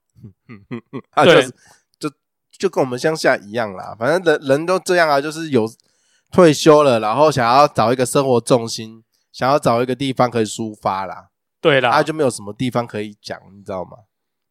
有， [laughs] 啊对就是就就跟我们乡下一样啦，反正人人都这样啊，就是有退休了，然后想要找一个生活重心，想要找一个地方可以抒发啦，对啦，啊就没有什么地方可以讲，你知道吗？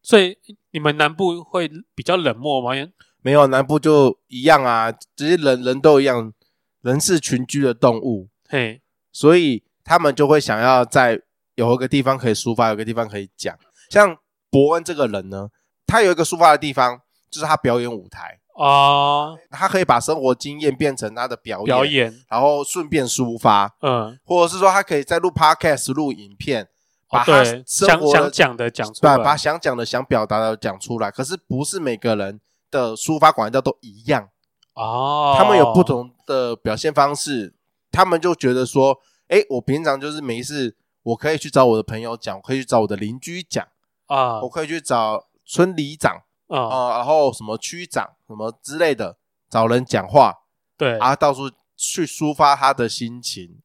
所以你们南部会比较冷漠吗？因为没有南部就一样啊，只是人人都一样，人是群居的动物，嘿，所以他们就会想要在有一个地方可以抒发，有一个地方可以讲。像伯恩这个人呢，他有一个抒发的地方，就是他表演舞台，哦，他可以把生活经验变成他的表演，表演，然后顺便抒发，嗯，或者是说他可以在录 podcast、录影片，把哦他对，生想活的想讲的讲出对来，把想讲的、想表达的讲出来。可是不是每个人的抒发管道都一样。哦，他们有不，同的表现方式，他们就觉得说，哎，我平常就是没事，我可以去找我的朋友讲，我可以去找我的邻居讲，啊我可以去找村里长啊、啊，然后什么区长什么之类的，找人讲话，对，啊，到处去抒发他的心情，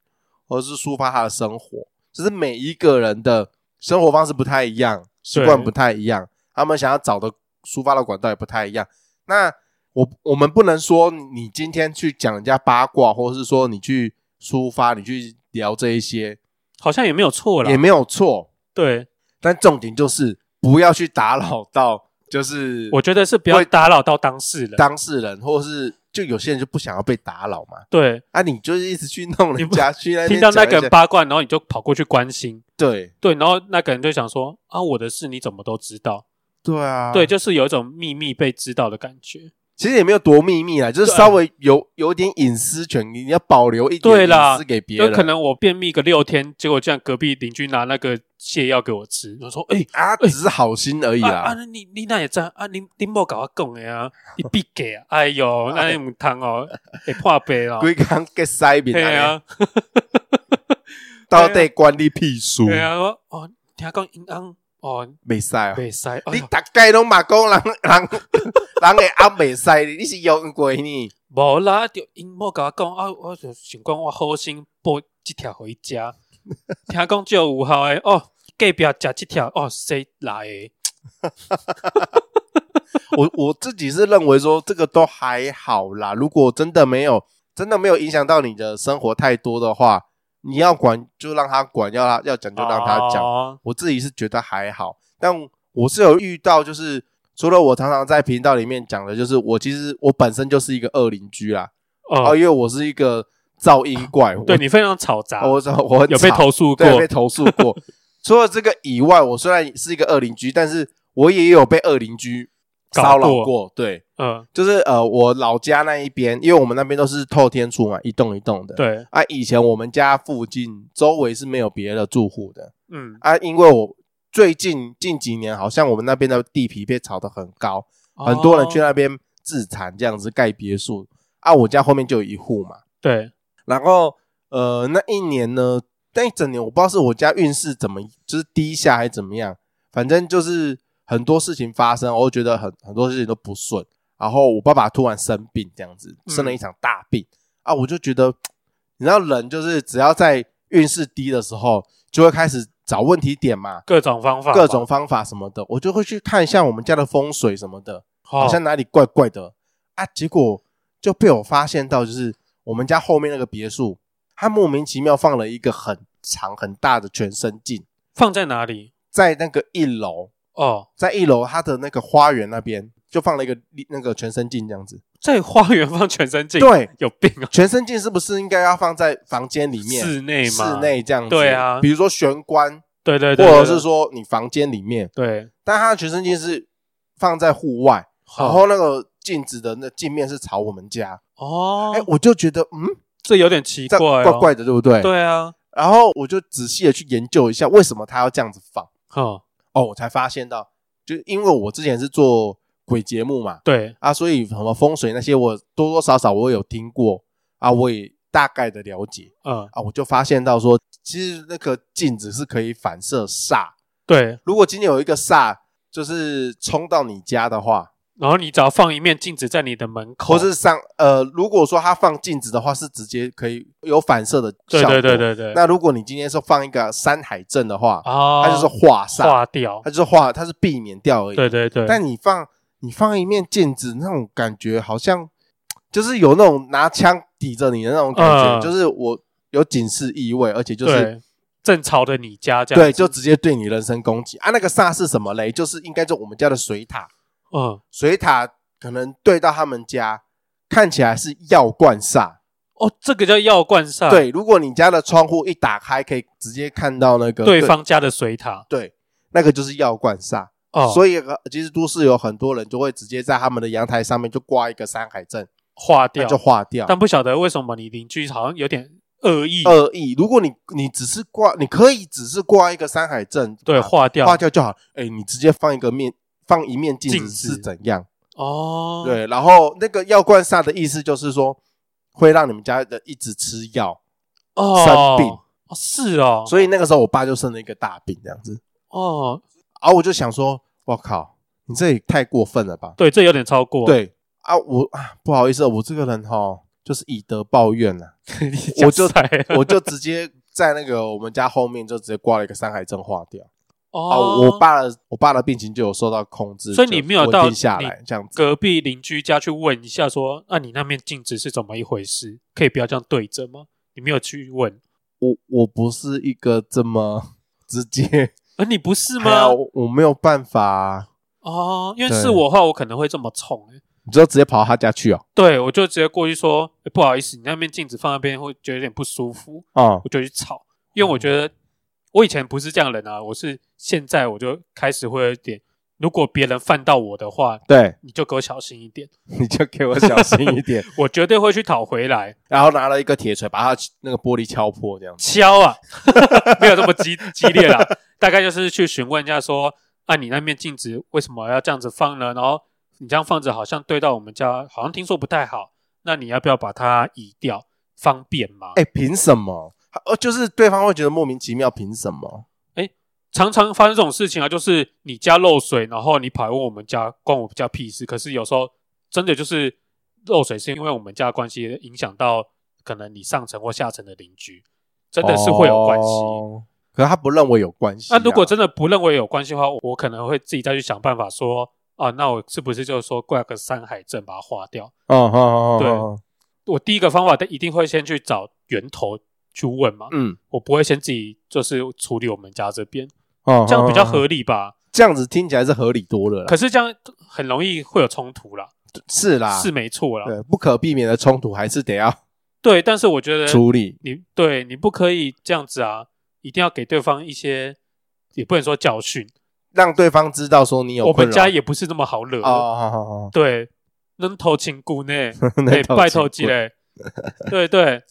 或者是抒发他的生活，就是每一个人的生活方式不太一样，习惯不太一样，他们想要找的抒发的管道也不太一样。那我我们不能说你今天去讲人家八卦，或者是说你去抒发，你去聊这一些好像也没有错啦也，没有错，对，但重点就是不要去打扰到，就是我觉得是不要会打扰到当事人，当事人，或是就有些人就不想要被打扰嘛。对，啊，你就是一直去弄你人不家，去那听边到那讲一个些人八卦，然后你就跑过去关心，对对，然后那个人就想说啊，我的事你怎么都知道？对啊，对，就是有一种秘密被知道的感觉。其实也没有多秘密啦，就是对啊稍微有有点隐私权，你要保留一点对啦隐私给别有人。可能我便秘个六天，结果这样隔壁邻居拿那个泻药给我吃，我说：“哎、啊，只是好心而已啊啊啦。，你你那也在啊，你你莫搞我讲的 [laughs] 啊，你必给啊，哎呦，那你唔通哦，会破杯 [laughs] 哦，龟缸 get 塞饼对啊，到底关你屁事？对啊，我哦，听讲因翁哦，没塞啊！袂使，哎你呦大概拢嘛讲人人 [laughs] 人会阿没塞，你是用过呢？无啦，就因某甲我讲啊，我就想讲我好心报一条互伊食， [laughs] 听讲就有效诶哦。隔壁食即条哦，谁来诶？我我自己是认为说这个都还好啦。如果真的没有真的没有影响到你的生活太多的话，你要管就让他管，要他要讲就让他讲。哦我自己是觉得还好，但我是有遇到，就是除了我常常在频道里面讲的，就是我其实我本身就是一个恶邻居啦，哦，哦，因为我是一个噪音怪，我 [laughs] 对你非常嘈杂，哦我我很有被吵投诉过对，被投诉 [laughs] 过。除了这个以外，我虽然是一个恶邻居，但是我也有被恶邻居骚扰搞过过，对。嗯，就是呃，我老家那一边，因为我们那边都是透天厝嘛，一栋一栋的。对，啊，以前我们家附近周围是没有别的住户的，嗯，啊，因为我最近近几年好像我们那边的地皮被炒得很高，很多人去哦那边自产这样子盖别墅。啊，我家后面就有一户嘛，对，然后呃那一年呢，那一整年我不知道是我家运势怎么就是低下还是怎么样，反正就是很多事情发生，我就觉得很很多事情都不顺。然后我爸爸突然生病，这样子嗯生了一场大病、啊，我就觉得，你知道人就是只要在运势低的时候，就会开始找问题点嘛，各种方法吧，哦各种方法什么的，我就会去看一下我们家的风水什么的，好好像哪里怪怪的啊。结果就被我发现到，就是我们家后面那个别墅，它莫名其妙放了一个很长很大的全身镜，放在哪里？在那个一楼，哦，在一楼它的那个花园那边就放了一个那个全身镜这样子。在花园放全身镜，，对，有病啊！全身镜是不是应该要放在房间里面？室内嘛，室，内这样子，对啊比如说玄关，对对或对，者对是，说你房间里面，对，但它的全身镜是放在户外，然好后那个镜子的那镜面是朝我们家，哦哎、，我就觉得嗯，这有点奇这怪样哦，怪怪的，对不对？。对啊，然后我就仔细的去研究一下，为什么他要这样子放？哦，哦，我才发现到，就因为我之前是做鬼节目嘛，对，啊，所以什么风水那些，我多多少少我有听过啊，我也大概的了解嗯，啊，我就发现到说，其实那个镜子是可以反射煞，对，如果今天有一个煞就是冲到你家的话，然后你只要放一面镜子在你的门口，或是上呃，如果说它放镜子的话，是直接可以有反射的对效果。对对对对，那如果你今天是放一个山海阵的话，啊，它就是化煞，化掉它，就是化，它是避免掉而已。对对对，但你放你放一面镜子，那种感觉好像就是有那种拿枪抵着你的那种感觉，嗯就是我有警示意味，而且就是对正朝着你家这样对，子。就直接对你人身攻击啊。那个煞是什么嘞？就是应该就我们家的水塔，嗯，水塔可能对到他们家，看起来是药罐煞。哦，这个叫药罐煞，对，如果你家的窗户一打开，可以直接看到那个对方家的水塔对，那个就是药罐煞。哦，以所以呃其实都市有很多人就会直接在他们的阳台上面就挂一个山海阵，化那掉就。化掉。但不晓得为什么你邻居好像有点恶意，恶意，如果你你只是挂，你可以只是挂一个山海阵，对，把化掉，啊化掉就好。哎，你直接放一个面，放一面镜镜子子是怎样？哦，，对，然后那个药罐煞的意思就是说，会让你们家的一直吃药，哦，生病哦，是哦，所以那个时候我爸就生了一个大病这样子，哦，啊，我就想说，我靠，你这也太过分了吧？对，这有点超过，，对啊，我啊不好意思，我这个人哈就是以德报 [laughs] 怨呐、我我就就我就直接在那个我们家后面就直接挂了一个山海镇化掉。啊，哦，我爸的我爸的病情就有受到控制，所以你就没有稳到定下你来这样子。隔壁邻居家去问一下说，那、你那面镜子是怎么一回事？可以不要这样对着吗？你没有去问，我我不是一个这么直接，而啊你不是哎吗？呀我我没有办法、啊，哦，因为对是我的话，我可能会这么冲、欸。你就直接跑到他家去哦。对，我就直接过去说、欸不好意思，你那面镜子放那边会觉得有点不舒服，啊、我就去吵，因为我觉得我以前不是这样的人啊，我是现在我就开始会有一点，如果别人犯到我的话，对， [laughs] 你就给我小心一点，你就给我小心一 [laughs] 点。我绝对会去讨回来。然后拿了一个铁锤，把他那个玻璃敲破，这样子。敲啊， [laughs] 没有这么激激烈啦，大概就是去询问一下说，啊，你那面镜子为什么要这样子放呢？然后你这样放着好像对到我们家，好像听说不太好，那你要不要把它移掉？方便吗？哎，凭什么？呃，就是对方会觉得莫名其妙，凭什么？常常发生这种事情啊，就是你家漏水，然后你跑来问我们家，关我们家屁事。可是有时候真的就是漏水是因为我们家的关系影响到可能你上层或下层的邻居，真的是会有关系。哦可是他不认为有关系、那、啊。如果真的不认为有关系的话，我可能会自己再去想办法说，啊，那我是不是就是说挂个山海镇把它划掉？哦，哦哦，对哦我第一个方法，但一定会先去找源头去问嘛，嗯，我不会先自己就是处理我们家这边，哦这样比较，哦合理吧？这样子听起来是合理多了啦。可是这样很容易会有冲突啦，是啦，是没错啦，啊对，不可避免的冲突还是得要对，但是我觉得处理。你对你不可以这样子啊，一定要给对方一些，也不能说教训，让对方知道说你有我们困家扰也不是那么好惹的，哦，好好好，对，能头亲姑呢。 [laughs] [laughs] 那对，套拜情托鸡况嘞， [laughs] 对对，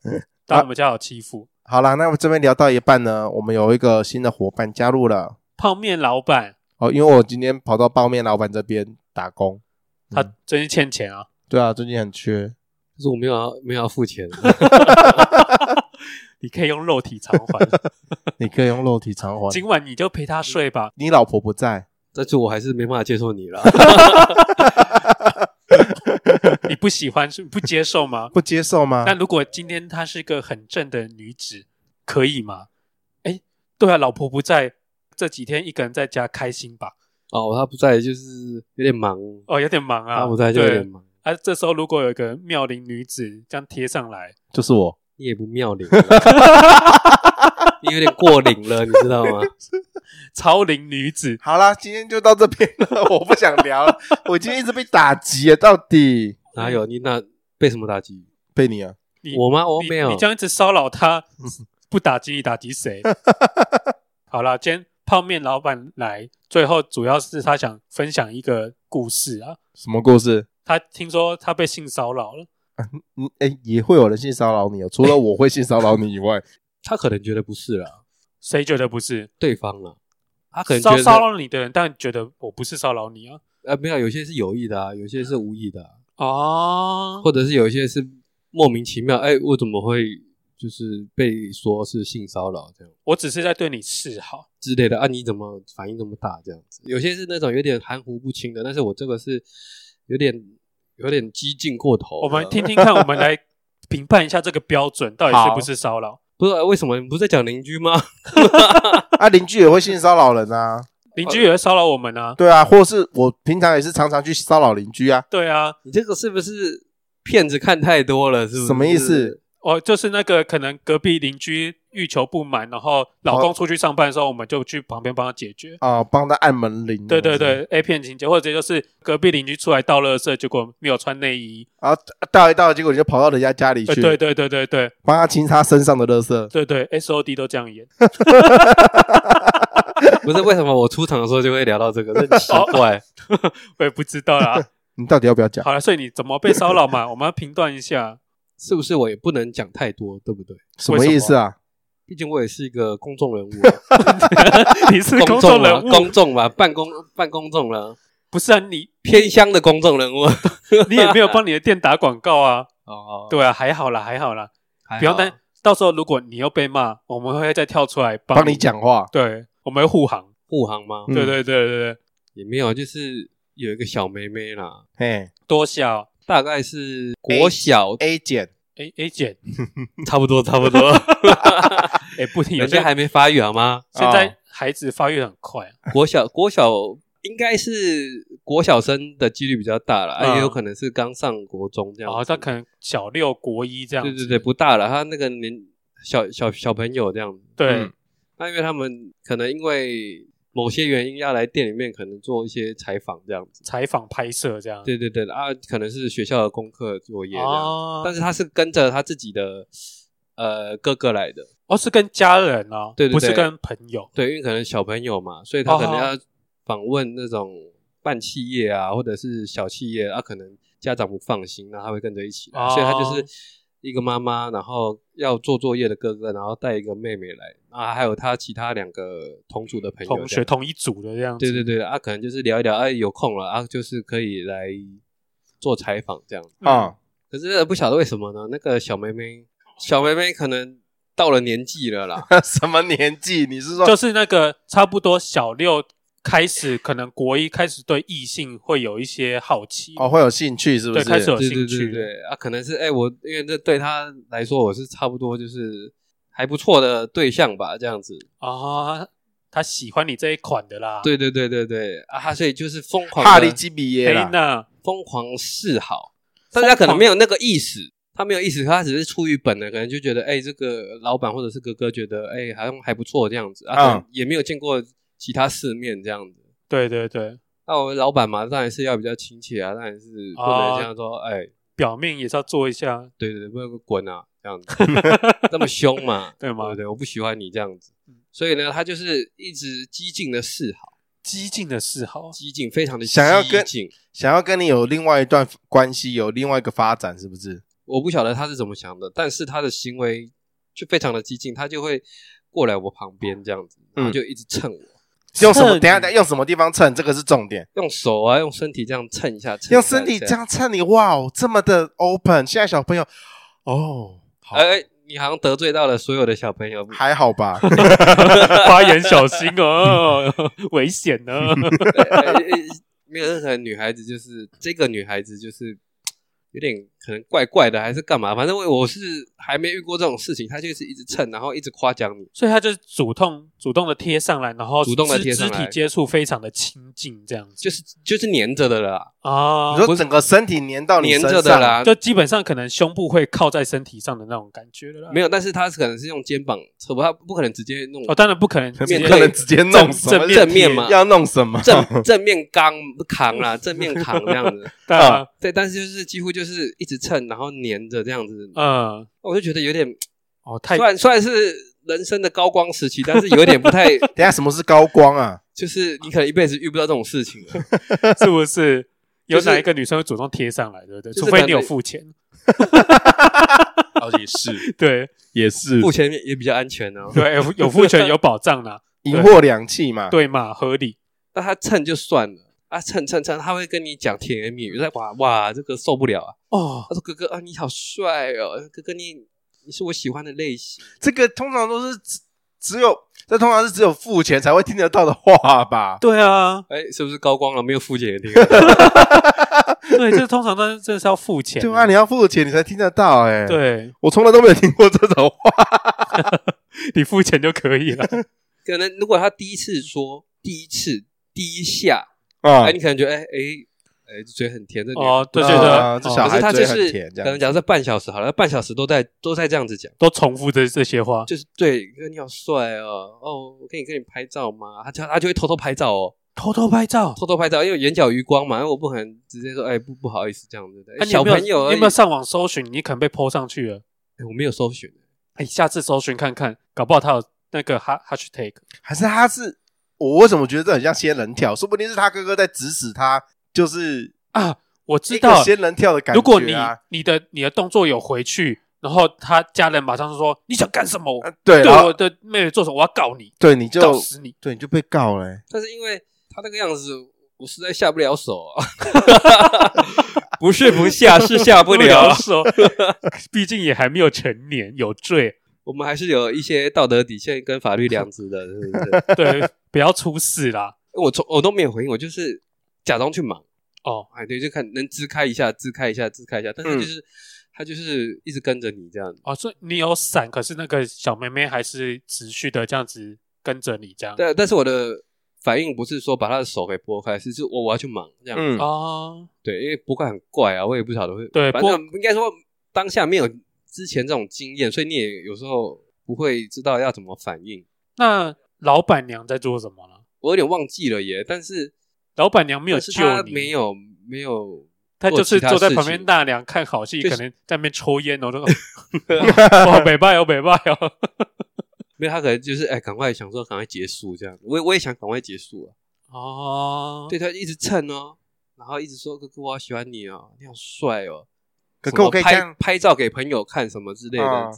当我们家有欺负好啦，那我这边聊到一半呢，我们有一个新的伙伴加入了泡面老板，哦，因为我今天跑到泡面老板这边打工。他最近欠钱啊，对啊，最近很缺。可是我没有要没有要付钱， [laughs] 你可以用肉体偿还，你可以用肉体偿还。今晚你就陪他睡吧。你老婆不在，但是我还是没办法接受你 [laughs] 了。你不喜欢是不接受吗？不接受吗那？如果今天她是个很正的女子，可以吗？哎，对啊，老婆不在，这几天一个人在家开心吧？哦，他不在就是有点忙，哦，有点忙啊，他不在就有点对忙，啊，这时候如果有一个妙龄女子这样贴上来，就是我。你也不妙 [laughs] 龄，你有点过龄了，你知道吗？超龄女子，好啦，今天就到这边了， [laughs] 我不想聊了。我今天一直被打击，到底哪有你那被什么打击？被你啊？你我吗？我你没有你。这样一直骚扰他， [laughs] 不打击你打击谁？好啦，今天泡面老板来，最后主要是他想分享一个故事啊。什么故事？他听说他被性骚扰了，嗯，哎、也会有人性骚扰你哦，除了我会性骚扰你以外， [laughs] 他可能觉得不是啦，谁觉得不是？对方啦，他可能觉骚得骚扰你的人，但觉得我不是骚扰你啊。啊，没有，有些是有意的啊，有些是无意的啊、哦，或者是有一些是莫名其妙，哎、我怎么会就是被说是性骚扰这样我只是在对你示好。之类的啊？你怎么反应这么大这样子？有些是那种有点含糊不清的，但是我这个是有点有点激进过头了。我们听听看，我们来评判一下这个标准到底是不是骚扰。不是、啊、为什么你不是在讲邻居吗？ [laughs] 啊，邻居也会性骚扰人啊，邻居也会骚扰我们啊。对啊，或是我平常也是常常去骚扰邻居啊，对啊，你这个是不是骗子看太多了？是不是？什么意思？哦，就是那个可能隔壁邻居欲求不满，然后老公出去上班的时候，我们就去旁边帮他解决。啊，帮他按门铃。啊对对对，A 片情节，或者就是隔壁邻居出来倒垃圾，结果没有穿内衣。然后倒一倒，结果你就跑到人家家里呃去，对对对对对帮他清他身上的垃圾。对对，S O D 都这样演。不是为什么我出场的时候就会聊到这个，这很奇哦怪。我也不知道啦。你到底要不要讲？好了，所以你怎么被骚扰嘛？我们要评断一下。是不是我也不能讲太多，对不对？什么意思啊？毕竟我也是一个公众人物啊、 [laughs] 你是公众众啊人物，公众嘛，半公半公众了、不是啊？你偏乡的公众人物。你也没有帮你的店打广告啊？哦，对啊，还好啦，还好啦，还好啊不用担。到时候如果你又被骂，我们会再跳出来帮帮你。讲话，对，我们会护航。护航吗？嗯对对对对对，也没有，啊就是有一个小妹妹啦，嘿多小大概是国小， ，A 减 A A 减，差不多差 [laughs] 不多，哎，不听，有人些家还没发育好吗？现在哦孩子发育很快啊，国小国小应该是国小生的几率比较大了，啊嗯也有可能是刚上国中这样然子。后哦他可能小六国一这样对子。对对，不大了，他那个年小小小朋友这样子。对嗯那因为他们可能因为某些原因要来店里面，可能做一些采访这样子。采访拍摄这样。对对对啊，可能是学校的功课作业这样子。哦，但是他是跟着他自己的呃哥哥来的，哦是跟家人哦，对对对不是跟朋友。对，因为可能小朋友嘛，所以他可能哦要访问那种办企业啊，或者是小企业，啊，可能家长不放心，那他会跟着一起来，哦所以他就是一个妈妈，然后要做作业的哥哥，然后带一个妹妹来，啊，还有他其他两个同组的朋友同这学样同一组的这样子，对对对，啊，可能就是聊一聊，啊，有空了啊，就是可以来做采访这样子。嗯啊，可是不晓得为什么呢？那个小妹妹，小妹妹可能到了年纪了啦，什么年纪？你是说就是那个差不多小六开始，可能国一开始对异性会有一些好奇，哦会有兴趣是不对，是？开始有对兴对趣，对对啊，可能是哎、我因为这对她来说我是差不多就是还不错的对象吧，这样子。啊，他喜欢你这一款的啦，对对对对对啊，她所以就是疯狂哈利的基比耶嘿，啦，那疯狂示好，但是她可能没有那个意识。她没有意识，她只是出于本能，可能就觉得，哎、这个老板或者是哥哥觉得，哎、好像还不错这样子嗯啊，可能也没有见过其他世面这样子。对对对，那我们老板嘛，当然是要比较亲切啊，当然是不能这样说，哎、表面也是要做一下，对对对，不能滚啊，这样子，那么凶嘛，对吗对对，我不喜欢你这样子。所以呢，他就是一直激进的示好，激进的嗜好，激进，非常的想要跟激进。想要跟你有另外一段关系，有另外一个发展，是不是？我不晓得他是怎么想的，但是他的行为就非常的激进，他就会过来我旁边这样子，然嗯后就一直蹭我，用什么？蹭等一下，等一下用什么地方蹭？这个是重点。用手啊，用身体这样蹭一下，蹭一下用身体这，样蹭你，哇哦，这么的 open。现在小朋友，哦，好蹭一，下哎、哎你好像得罪到了所有的小朋友，还好 [laughs] 吧？花言小心哦，危险 [laughs] 呢，对呃呃 [laughs] 没有任何女孩子，就是这个女孩子就是有点可能怪怪的，还是干嘛？反正我我是还没遇过这种事情，她就是一直蹭，然后一直夸奖你。所以他就是主动主动的贴上来，然后主动地肢贴上肢来体接触非常的亲近这样子就是就是粘着的了啦，啊你，说整个身体粘到你粘身着上的，啦，就基本上可能胸部会靠在身体上的那种感觉了啦，没有。但是她可能是用肩膀扯不，她不可能直接弄 [laughs] 哦，当然不可能直不接面可能直接弄什么正正面嘛，要弄什么？正正面刚扛啦，正面扛这样子。 [laughs] 对啊，对，但是就是几乎就是一直蹭，然后粘着这样子，呃嗯，我就觉得有点，哦，太虽然虽然是人生的高光时期，但是有点不太等一下什么是高光 [laughs] 啊？就是你可能一辈子遇不到这种事情了，是不是？有 [laughs] 就是哪一个女生会主动贴上来，对不对？就是除非可你有能付钱， [laughs] 哦，也是， [laughs] 对也是付钱也比较安全哦。对，有有付钱有保障 [laughs] 啦，一货两气嘛。对嘛，合理。那他蹭就算了，啊蹭蹭蹭，他会跟你讲甜言蜜语，说哇哇这个受不了啊。哦，他说哥哥啊你好帅哦，哥哥你你是我喜欢的类型。这个通常都是只只有，这通常是只有付钱才会听得到的话吧？对啊，哎，是不是高光了？没有付钱也听。对，这通常都真的是要付钱的，对啊，你要付钱你才听得到，哎，，对我从来都没有听过这种 [laughs] 话。你付钱就可以了。 [laughs] 可能如果他第一次说，第一次第一下，啊哎，你可能觉得哎哎哎，嘴很甜，这女哦，对啊对对，这哦小可孩是他就嘴很是甜这可样能假设半小时好了，半小时都在都在这样子讲，都重复这这些话，就是对，哥你好帅哦，哦，我可以跟你拍照吗？他就他就会偷偷拍照哦，偷偷拍照。啊偷偷拍照，因为眼角余光嘛，因为我不可能直接说，哎，不不好意思这样子的。哎啊你有小没有朋友你而已，有没有上网搜寻？你可能被 PO 上去了。哎我没有搜寻，哎，下次搜寻看看，搞不好他有那个 ha- hashtag。还是他是我为什么觉得这很像仙人跳？说不定是他哥哥在指使他，就是啊，我知一个道。仙人跳的感觉、啊。如果你你的你的动作有回去，然后他家人马上就说你想干什么？啊对，对然后我的妹妹做什么？我要告你，对你就告死你！对你就被告了、欸但是因为他那个样子，我实在下不了手啊， [laughs] 不是不下，是下不 [laughs] 了。手，毕竟也还没有成年，有罪。我们还是有一些道德底线跟法律良知的，是 [laughs] 不是？对，不要出事啦。我从我都没有回应，我就是假装去忙。哦，哎，对，就看能支开一下，支开一下，支开一下，但嗯是就是、他就是一直跟着你这样。哦，所以你有伞，可是那个小妹妹还是持续的这样子跟着你这样。但但是我的反应不是说把他的手给拨开，是是我我要去忙这样。嗯，哦，对，因为拨开很怪啊，我也不晓得会。对反正应该说当下没有之前这种经验，所以你也有时候不会知道要怎么反应。那老板娘在做什么呢？我有点忘记了耶，但是老板娘没有但是救他你，没，有没有她就做是其他坐在事旁边情纳凉看好戏，就可是能在那边抽烟 [laughs] 哦，这种哇，北拜哦，北拜哦。没有，他可能就是哎，赶快想说赶快结束这样。我也我也想赶快结束啊，哦，对他一直蹭哦，然后一直说哥哥我好喜欢你哦，你好帅哦，可什可么我可以这拍样，拍照给朋友看什么之类的，啊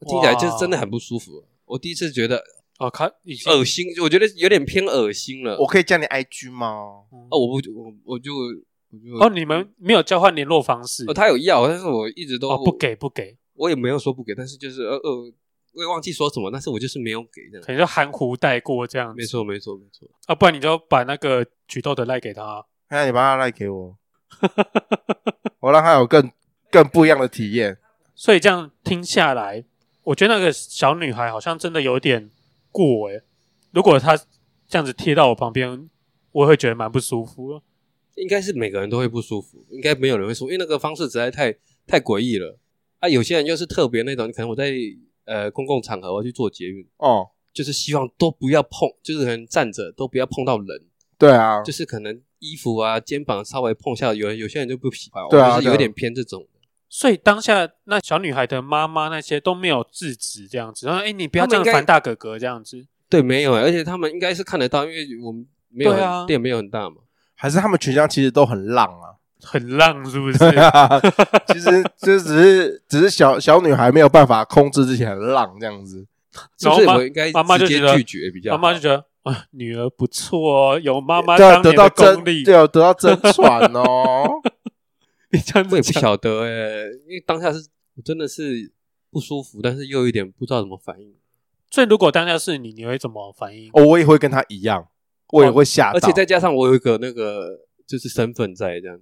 听起来就是真的很不舒服。我第一次觉得哦，看已经恶心，我觉得有点偏恶心了。我可以加你 IG 吗？哦，我不我我就我就嗯哦，你们没有交换联络方式哦，他有要，但是我一直都、哦，不，给不给，我也没有说不给，但是就是呃呃，我也忘记说什么，但是我就是没有给这样可。能就含糊带过这样没子错，没错，没错。啊，不然你就把那个举豆的赖给他。那你把他赖 [laughs] 给我，我让他有更更不一样的体验。所以这样听下来，我觉得那个小女孩好像真的有点过诶、如果她这样子贴到我旁边，我会觉得蛮不舒服的。应该是每个人都会不舒服，应该没有人会说，因为那个方式实在太太诡异了。啊，有些人就是特别那种，可能我在呃公共场合我要去做捷运，哦，就是希望都不要碰，就是可能站着都不要碰到人，对哦啊，就是可能衣服啊肩膀稍微碰一下，有人有些人就不喜欢，对啊我就是对啊有点偏这种。所以当下那小女孩的妈妈那些都没有制止这样子，然后哎，你不要他这样们应该烦大哥哥这样子。对，没有，欸而且他们应该是看得到，因为我们没有对很、啊店没有很大嘛，还是他们全家其实都很浪啊。很浪是不是？ [laughs] 其实就只是只是小小女孩没有办法控制自己很浪这样子。是然不后是？妈我应该妈妈就直接觉得拒绝比较妈好。妈就觉得啊，女儿不错哦，有妈妈对啊，当得年到的真功力。对啊，得到真传 [laughs] 哦。你 [laughs] 这样我子也不讲，晓得哎、因为当下是我真的是不舒服，但是又有一点不知道怎么反应，所以如果当下是你，你会怎么反应？哦，我也会跟他一样，我也会吓到。而且再加上我有一个那个就是身份在这样，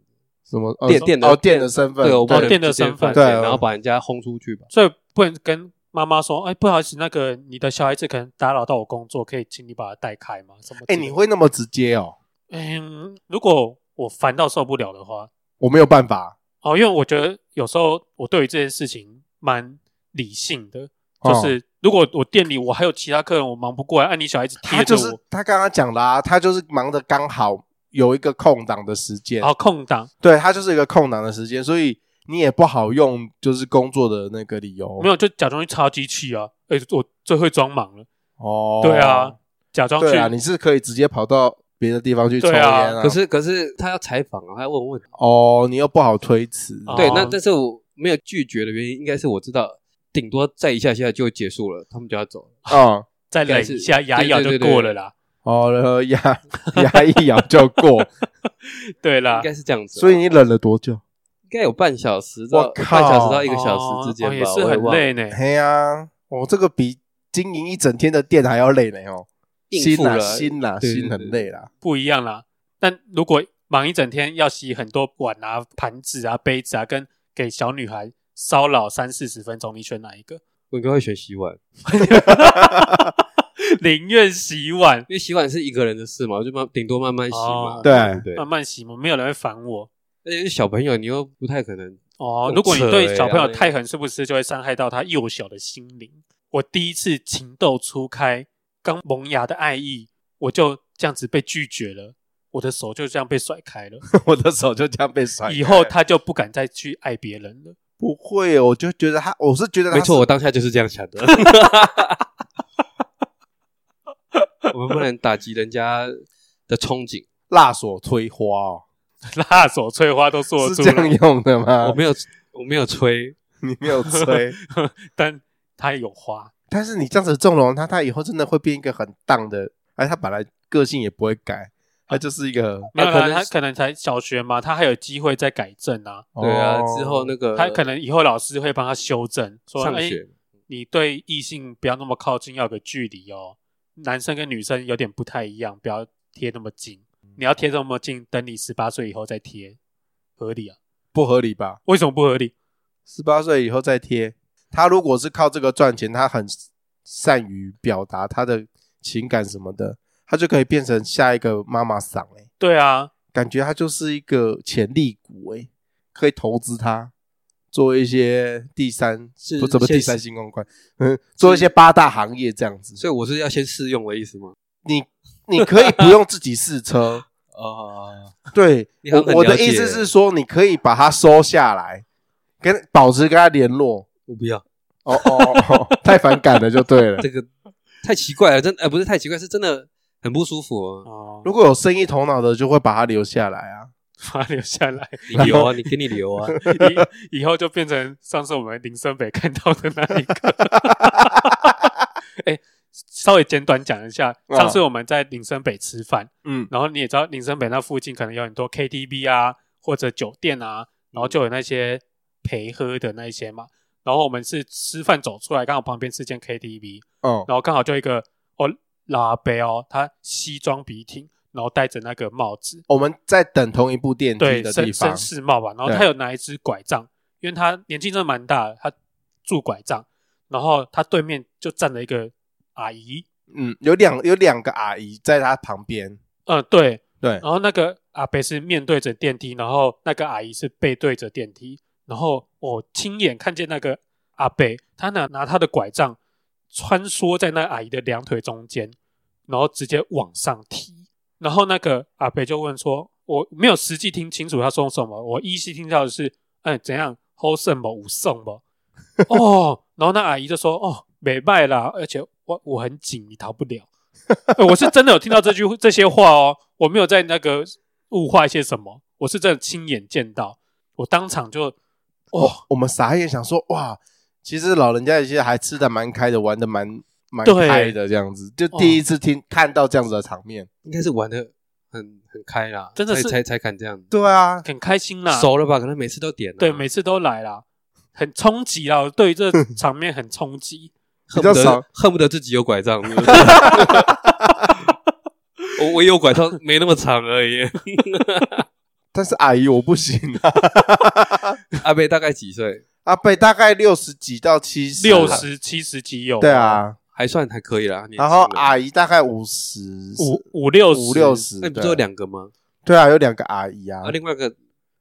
什么呃店店的哦店的身份，对，我不哦能店的直接身份反面对然后把人家轰出去吧。所以不能跟妈妈说，哎，不好意思，那个你的小孩子可能打扰到我工作，可以请你把他带开吗？什么？哎，你，会那么直接哦？嗯，如果我烦到受不了的话，我没有办法，哦，因为我觉得有时候我对于这件事情蛮理性的，就哦是如果我店里我还有其他客人，我忙不过来，啊按你小孩子贴他着啊就我，是他刚刚讲的啊，他就是忙的刚好有一个空档的时间然，后空档，对他就是一个空档的时间，所以你也不好用就是工作的那个理由没。有就假装去插机器啊，哎，我最会装忙了，哦，对啊，，假装去对啊，你是可以直接跑到别的地方去抽对烟啊啊，可是可是他要采访啊，他要问问题。哦，你又不好推辞，哦对，那但是我没有拒绝的原因，应该是我知道顶多再一下下就结束了，他们就要走了。哦再忍一下，牙一咬就过了啦。哦，然后牙牙一咬就 [laughs] 过，对啦应，该是这样子啊，所以你忍了多久？应该有半小时到我靠半小时到一个小时之间吧，哦也我是也很忘了累呢。嘿呀，我这个比经营一整天的店还要累呢哦，应心付啦了心啦对心很累啦，不一样啦。但如果忙一整天，要洗很多碗啊、盘子啊、杯子啊，跟给小女孩 [laughs] 骚扰三四十分钟，你选哪一个？我应该会选洗碗。宁愿洗碗，因为洗碗是一个人的事嘛，我就慢顶多慢慢洗嘛哦，对不对，慢慢洗嘛，没有人会烦我。而且是小朋友，你又不太可能哦，很如果你扯对欸小朋友然后太狠，是不是就会伤害到他幼小的心灵？我第一次情窦初开，刚萌芽的爱意，我就这样子被拒绝了，我的手就这样被甩开 [laughs] 了， [laughs] 我的手就这样被甩开。以后他就不敢再去爱别人了。不会，我就觉得他，我是觉得他没错，是我当下啊就是这样想的。 [laughs] 我们不能打击人家的憧憬，蜡所推花哦， [laughs] 辣手翠花都做是出这样了，用的吗？我没有，我没有吹，你没有吹，但他有花，但是你这样子纵容他，他以后真的会变一个很荡的，而他本来个性也不会改，啊他就是一个没有可啦，能他是可能才小学嘛，他还有机会再改正啊。对啊，哦之后那个他可能以后老师会帮他修正，说：“上哎，学，你对异性不要那么靠近，要有个距离哦。男生跟女生有点不太一样，不要贴那么近。你要贴这么近，等你十八岁以后再贴，合理啊？不合理吧？为什么不合理？十八岁以后再贴，他如果是靠这个赚钱，他很善于表达他的情感什么的，他就可以变成下一个妈妈桑哎、对啊，感觉他就是一个潜力股诶、可以投资他做一些第三是不怎么现第实三新公关，嗯，做一些八大行业这样子。所以我是要先试用的意思吗？你你可以不用自己试车，啊，对你好像我很我的了解意思是说，你可以把它收下来，跟保持跟他联络。我不要哦哦哦，哦太反感了就对了 [laughs] 这。个太奇怪了，真呃不是太奇怪，是真的很不舒服哦。哦，如果有生意头脑的，就会把它留下来啊。 [laughs] 把它留下来，你 [laughs] 留啊，你给你留啊，以 [laughs] 以后就变成上次我们林森北看到的那一个。哎、稍微简短讲一下，嗯上次我们在林森北吃饭，嗯，然后你也知道林森北那附近可能有很多 KTV 啊，或者酒店啊，然后就有那些陪喝的那一些嘛。然后我们是吃饭走出来，刚好旁边是间 KTV，哦，然后刚好就一个哦拉贝哦，他西装笔挺，然后戴着那个帽子，我们在等同一部电梯对的绅地绅方。士帽吧。然后对他有拿一只拐杖，因为他年纪真的蛮大的，他拄拐杖，然后他对面就站了一个阿姨，嗯，有两有两个阿姨在他旁边。嗯、对，对，然后那个阿伯是面对着电梯，然后那个阿姨是背对着电梯，然后我亲眼看见那个阿伯，他拿拿他的拐杖穿梭在那阿姨的两腿中间，然后直接往上提。然后那个阿伯就问说：“我没有实际听清楚他说什么，我依稀听到的是，嗯，怎样好什么五送么？哦，然后那阿姨就说：哦，没卖啦，而且我我很紧，你逃不了。欸我是真的有听到这句这些话哦，我没有在那个物化一些什么，我是真的亲眼见到，我当场就哦哦，，我们傻眼想说，哇，其实老人家有些还吃的蛮开的，玩的蛮蛮对开的这样子，就第一次听、看到这样子的场面。应该是玩的很很开啦，真的才是才才敢这样，对啊，很开心啦，熟了吧？可能每次都点啊，对，每次都来啦，很冲击啦，我对 [laughs] 于这场面很冲击，比恨较不少得恨不得自己有拐杖。是不是 [laughs] 我我也有拐杖，没那么长而已。但是阿姨我不行啊， [laughs] 阿贝大概几岁？阿贝啊大概六十几到七十，六十七十集有，对，啊，还算还可以啦。年轻然后了，阿姨大概五十五五六十五六，十，那你不是对有啊两个吗？对啊，有两个阿姨啊啊，，另外一个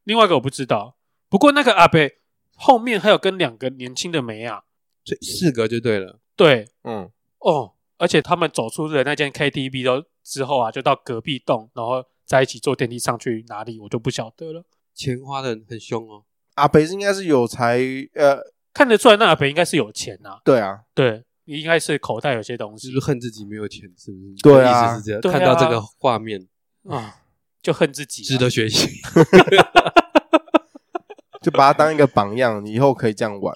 另外一个我不知道，不过那个阿北后面还有跟两个年轻的梅啊，所以四个就对了。对，嗯，哦，而且他们走出的那间 KTV 都之后啊，就到隔壁栋，然后在一起坐电梯上去哪里，我就不晓得了。钱花的很凶哦，阿北应该是有才，呃，看得出来，那阿北应该是有钱呐、啊，对啊，对，应该是口袋有些东是西不是恨自己没有钱？是不是？对啊意思是这样。对啊看到这个画面，啊，就恨自己、值得。学习。就把他当一个榜样，以后可以这样玩，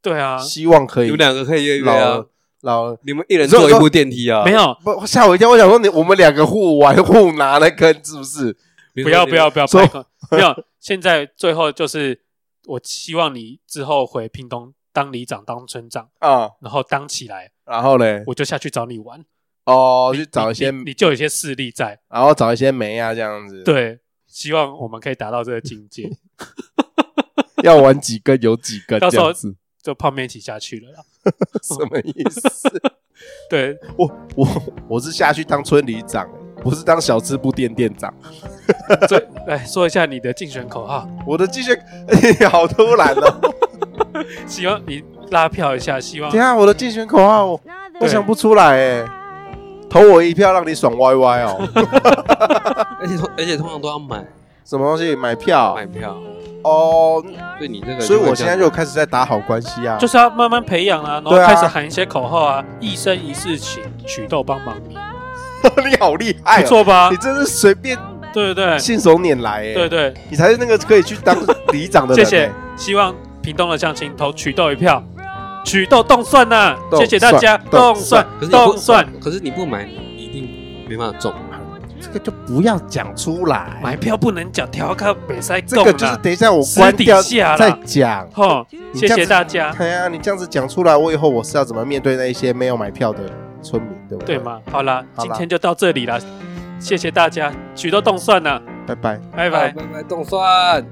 对啊，希望可你以们两个可以约一约老啊了，老了你们一人你说坐一部电梯啊。没有，不吓我一跳，我想说你我们两个互玩互拿那根是不是？你不说要你不要不要，说拍个没有。现在最后就是，我希望你之后回屏东当里长、当村长，啊，然后当起来，然后嘞，我就下去找你玩，哦，去找一些，嗯你你就有一些势力在。然后找一些梅啊这样子，，对，希望我们可以达到这个境 [laughs] 界。要玩几根有几根到这时候样子，就泡面一起下去了啦。 [laughs] 什么意思？对，我 [laughs] 我我是下去当村里长，不是当小吃部店店长。最来哎说一下你的竞选口号，我的继续， [laughs] 好突然 [laughs] 哦！希望你拉票一下，希望等一下我的竞选口号我我对想不出来哎，投我一票让你爽歪 [laughs] 歪哦。而且通而且通常都要买什么东西买票买票，哦？所以你这个所以就会我这现在样就开始在打好关系啊，就是要慢慢培养啊，然后对啊开始喊一些口号啊，一生一世情，曲豆帮忙你， [laughs] 你好厉害、哦不，错吧你？真是随便对对信手拈来哎、对对对，你才是那个可以去当里长的谢人、谢哎，希望屏东的乡亲投曲豆一票，曲豆动算呐，动谢谢大家，算动算动可是你动不算，可是你不买，你一定没办法中。这个就不要讲出来，买票不能讲调侃北塞这贡个就是啦，等一下我关掉私底下啦再讲。吼，你谢这样子谢大家，哎呀，你这样子讲出来，我以后我是要怎么面对那一些没有买票的村民，对不对对？？嘛？好啦，好今啦天就到这里啦，谢谢大家，曲豆动算呐，拜拜。拜拜。拜拜，冻酸。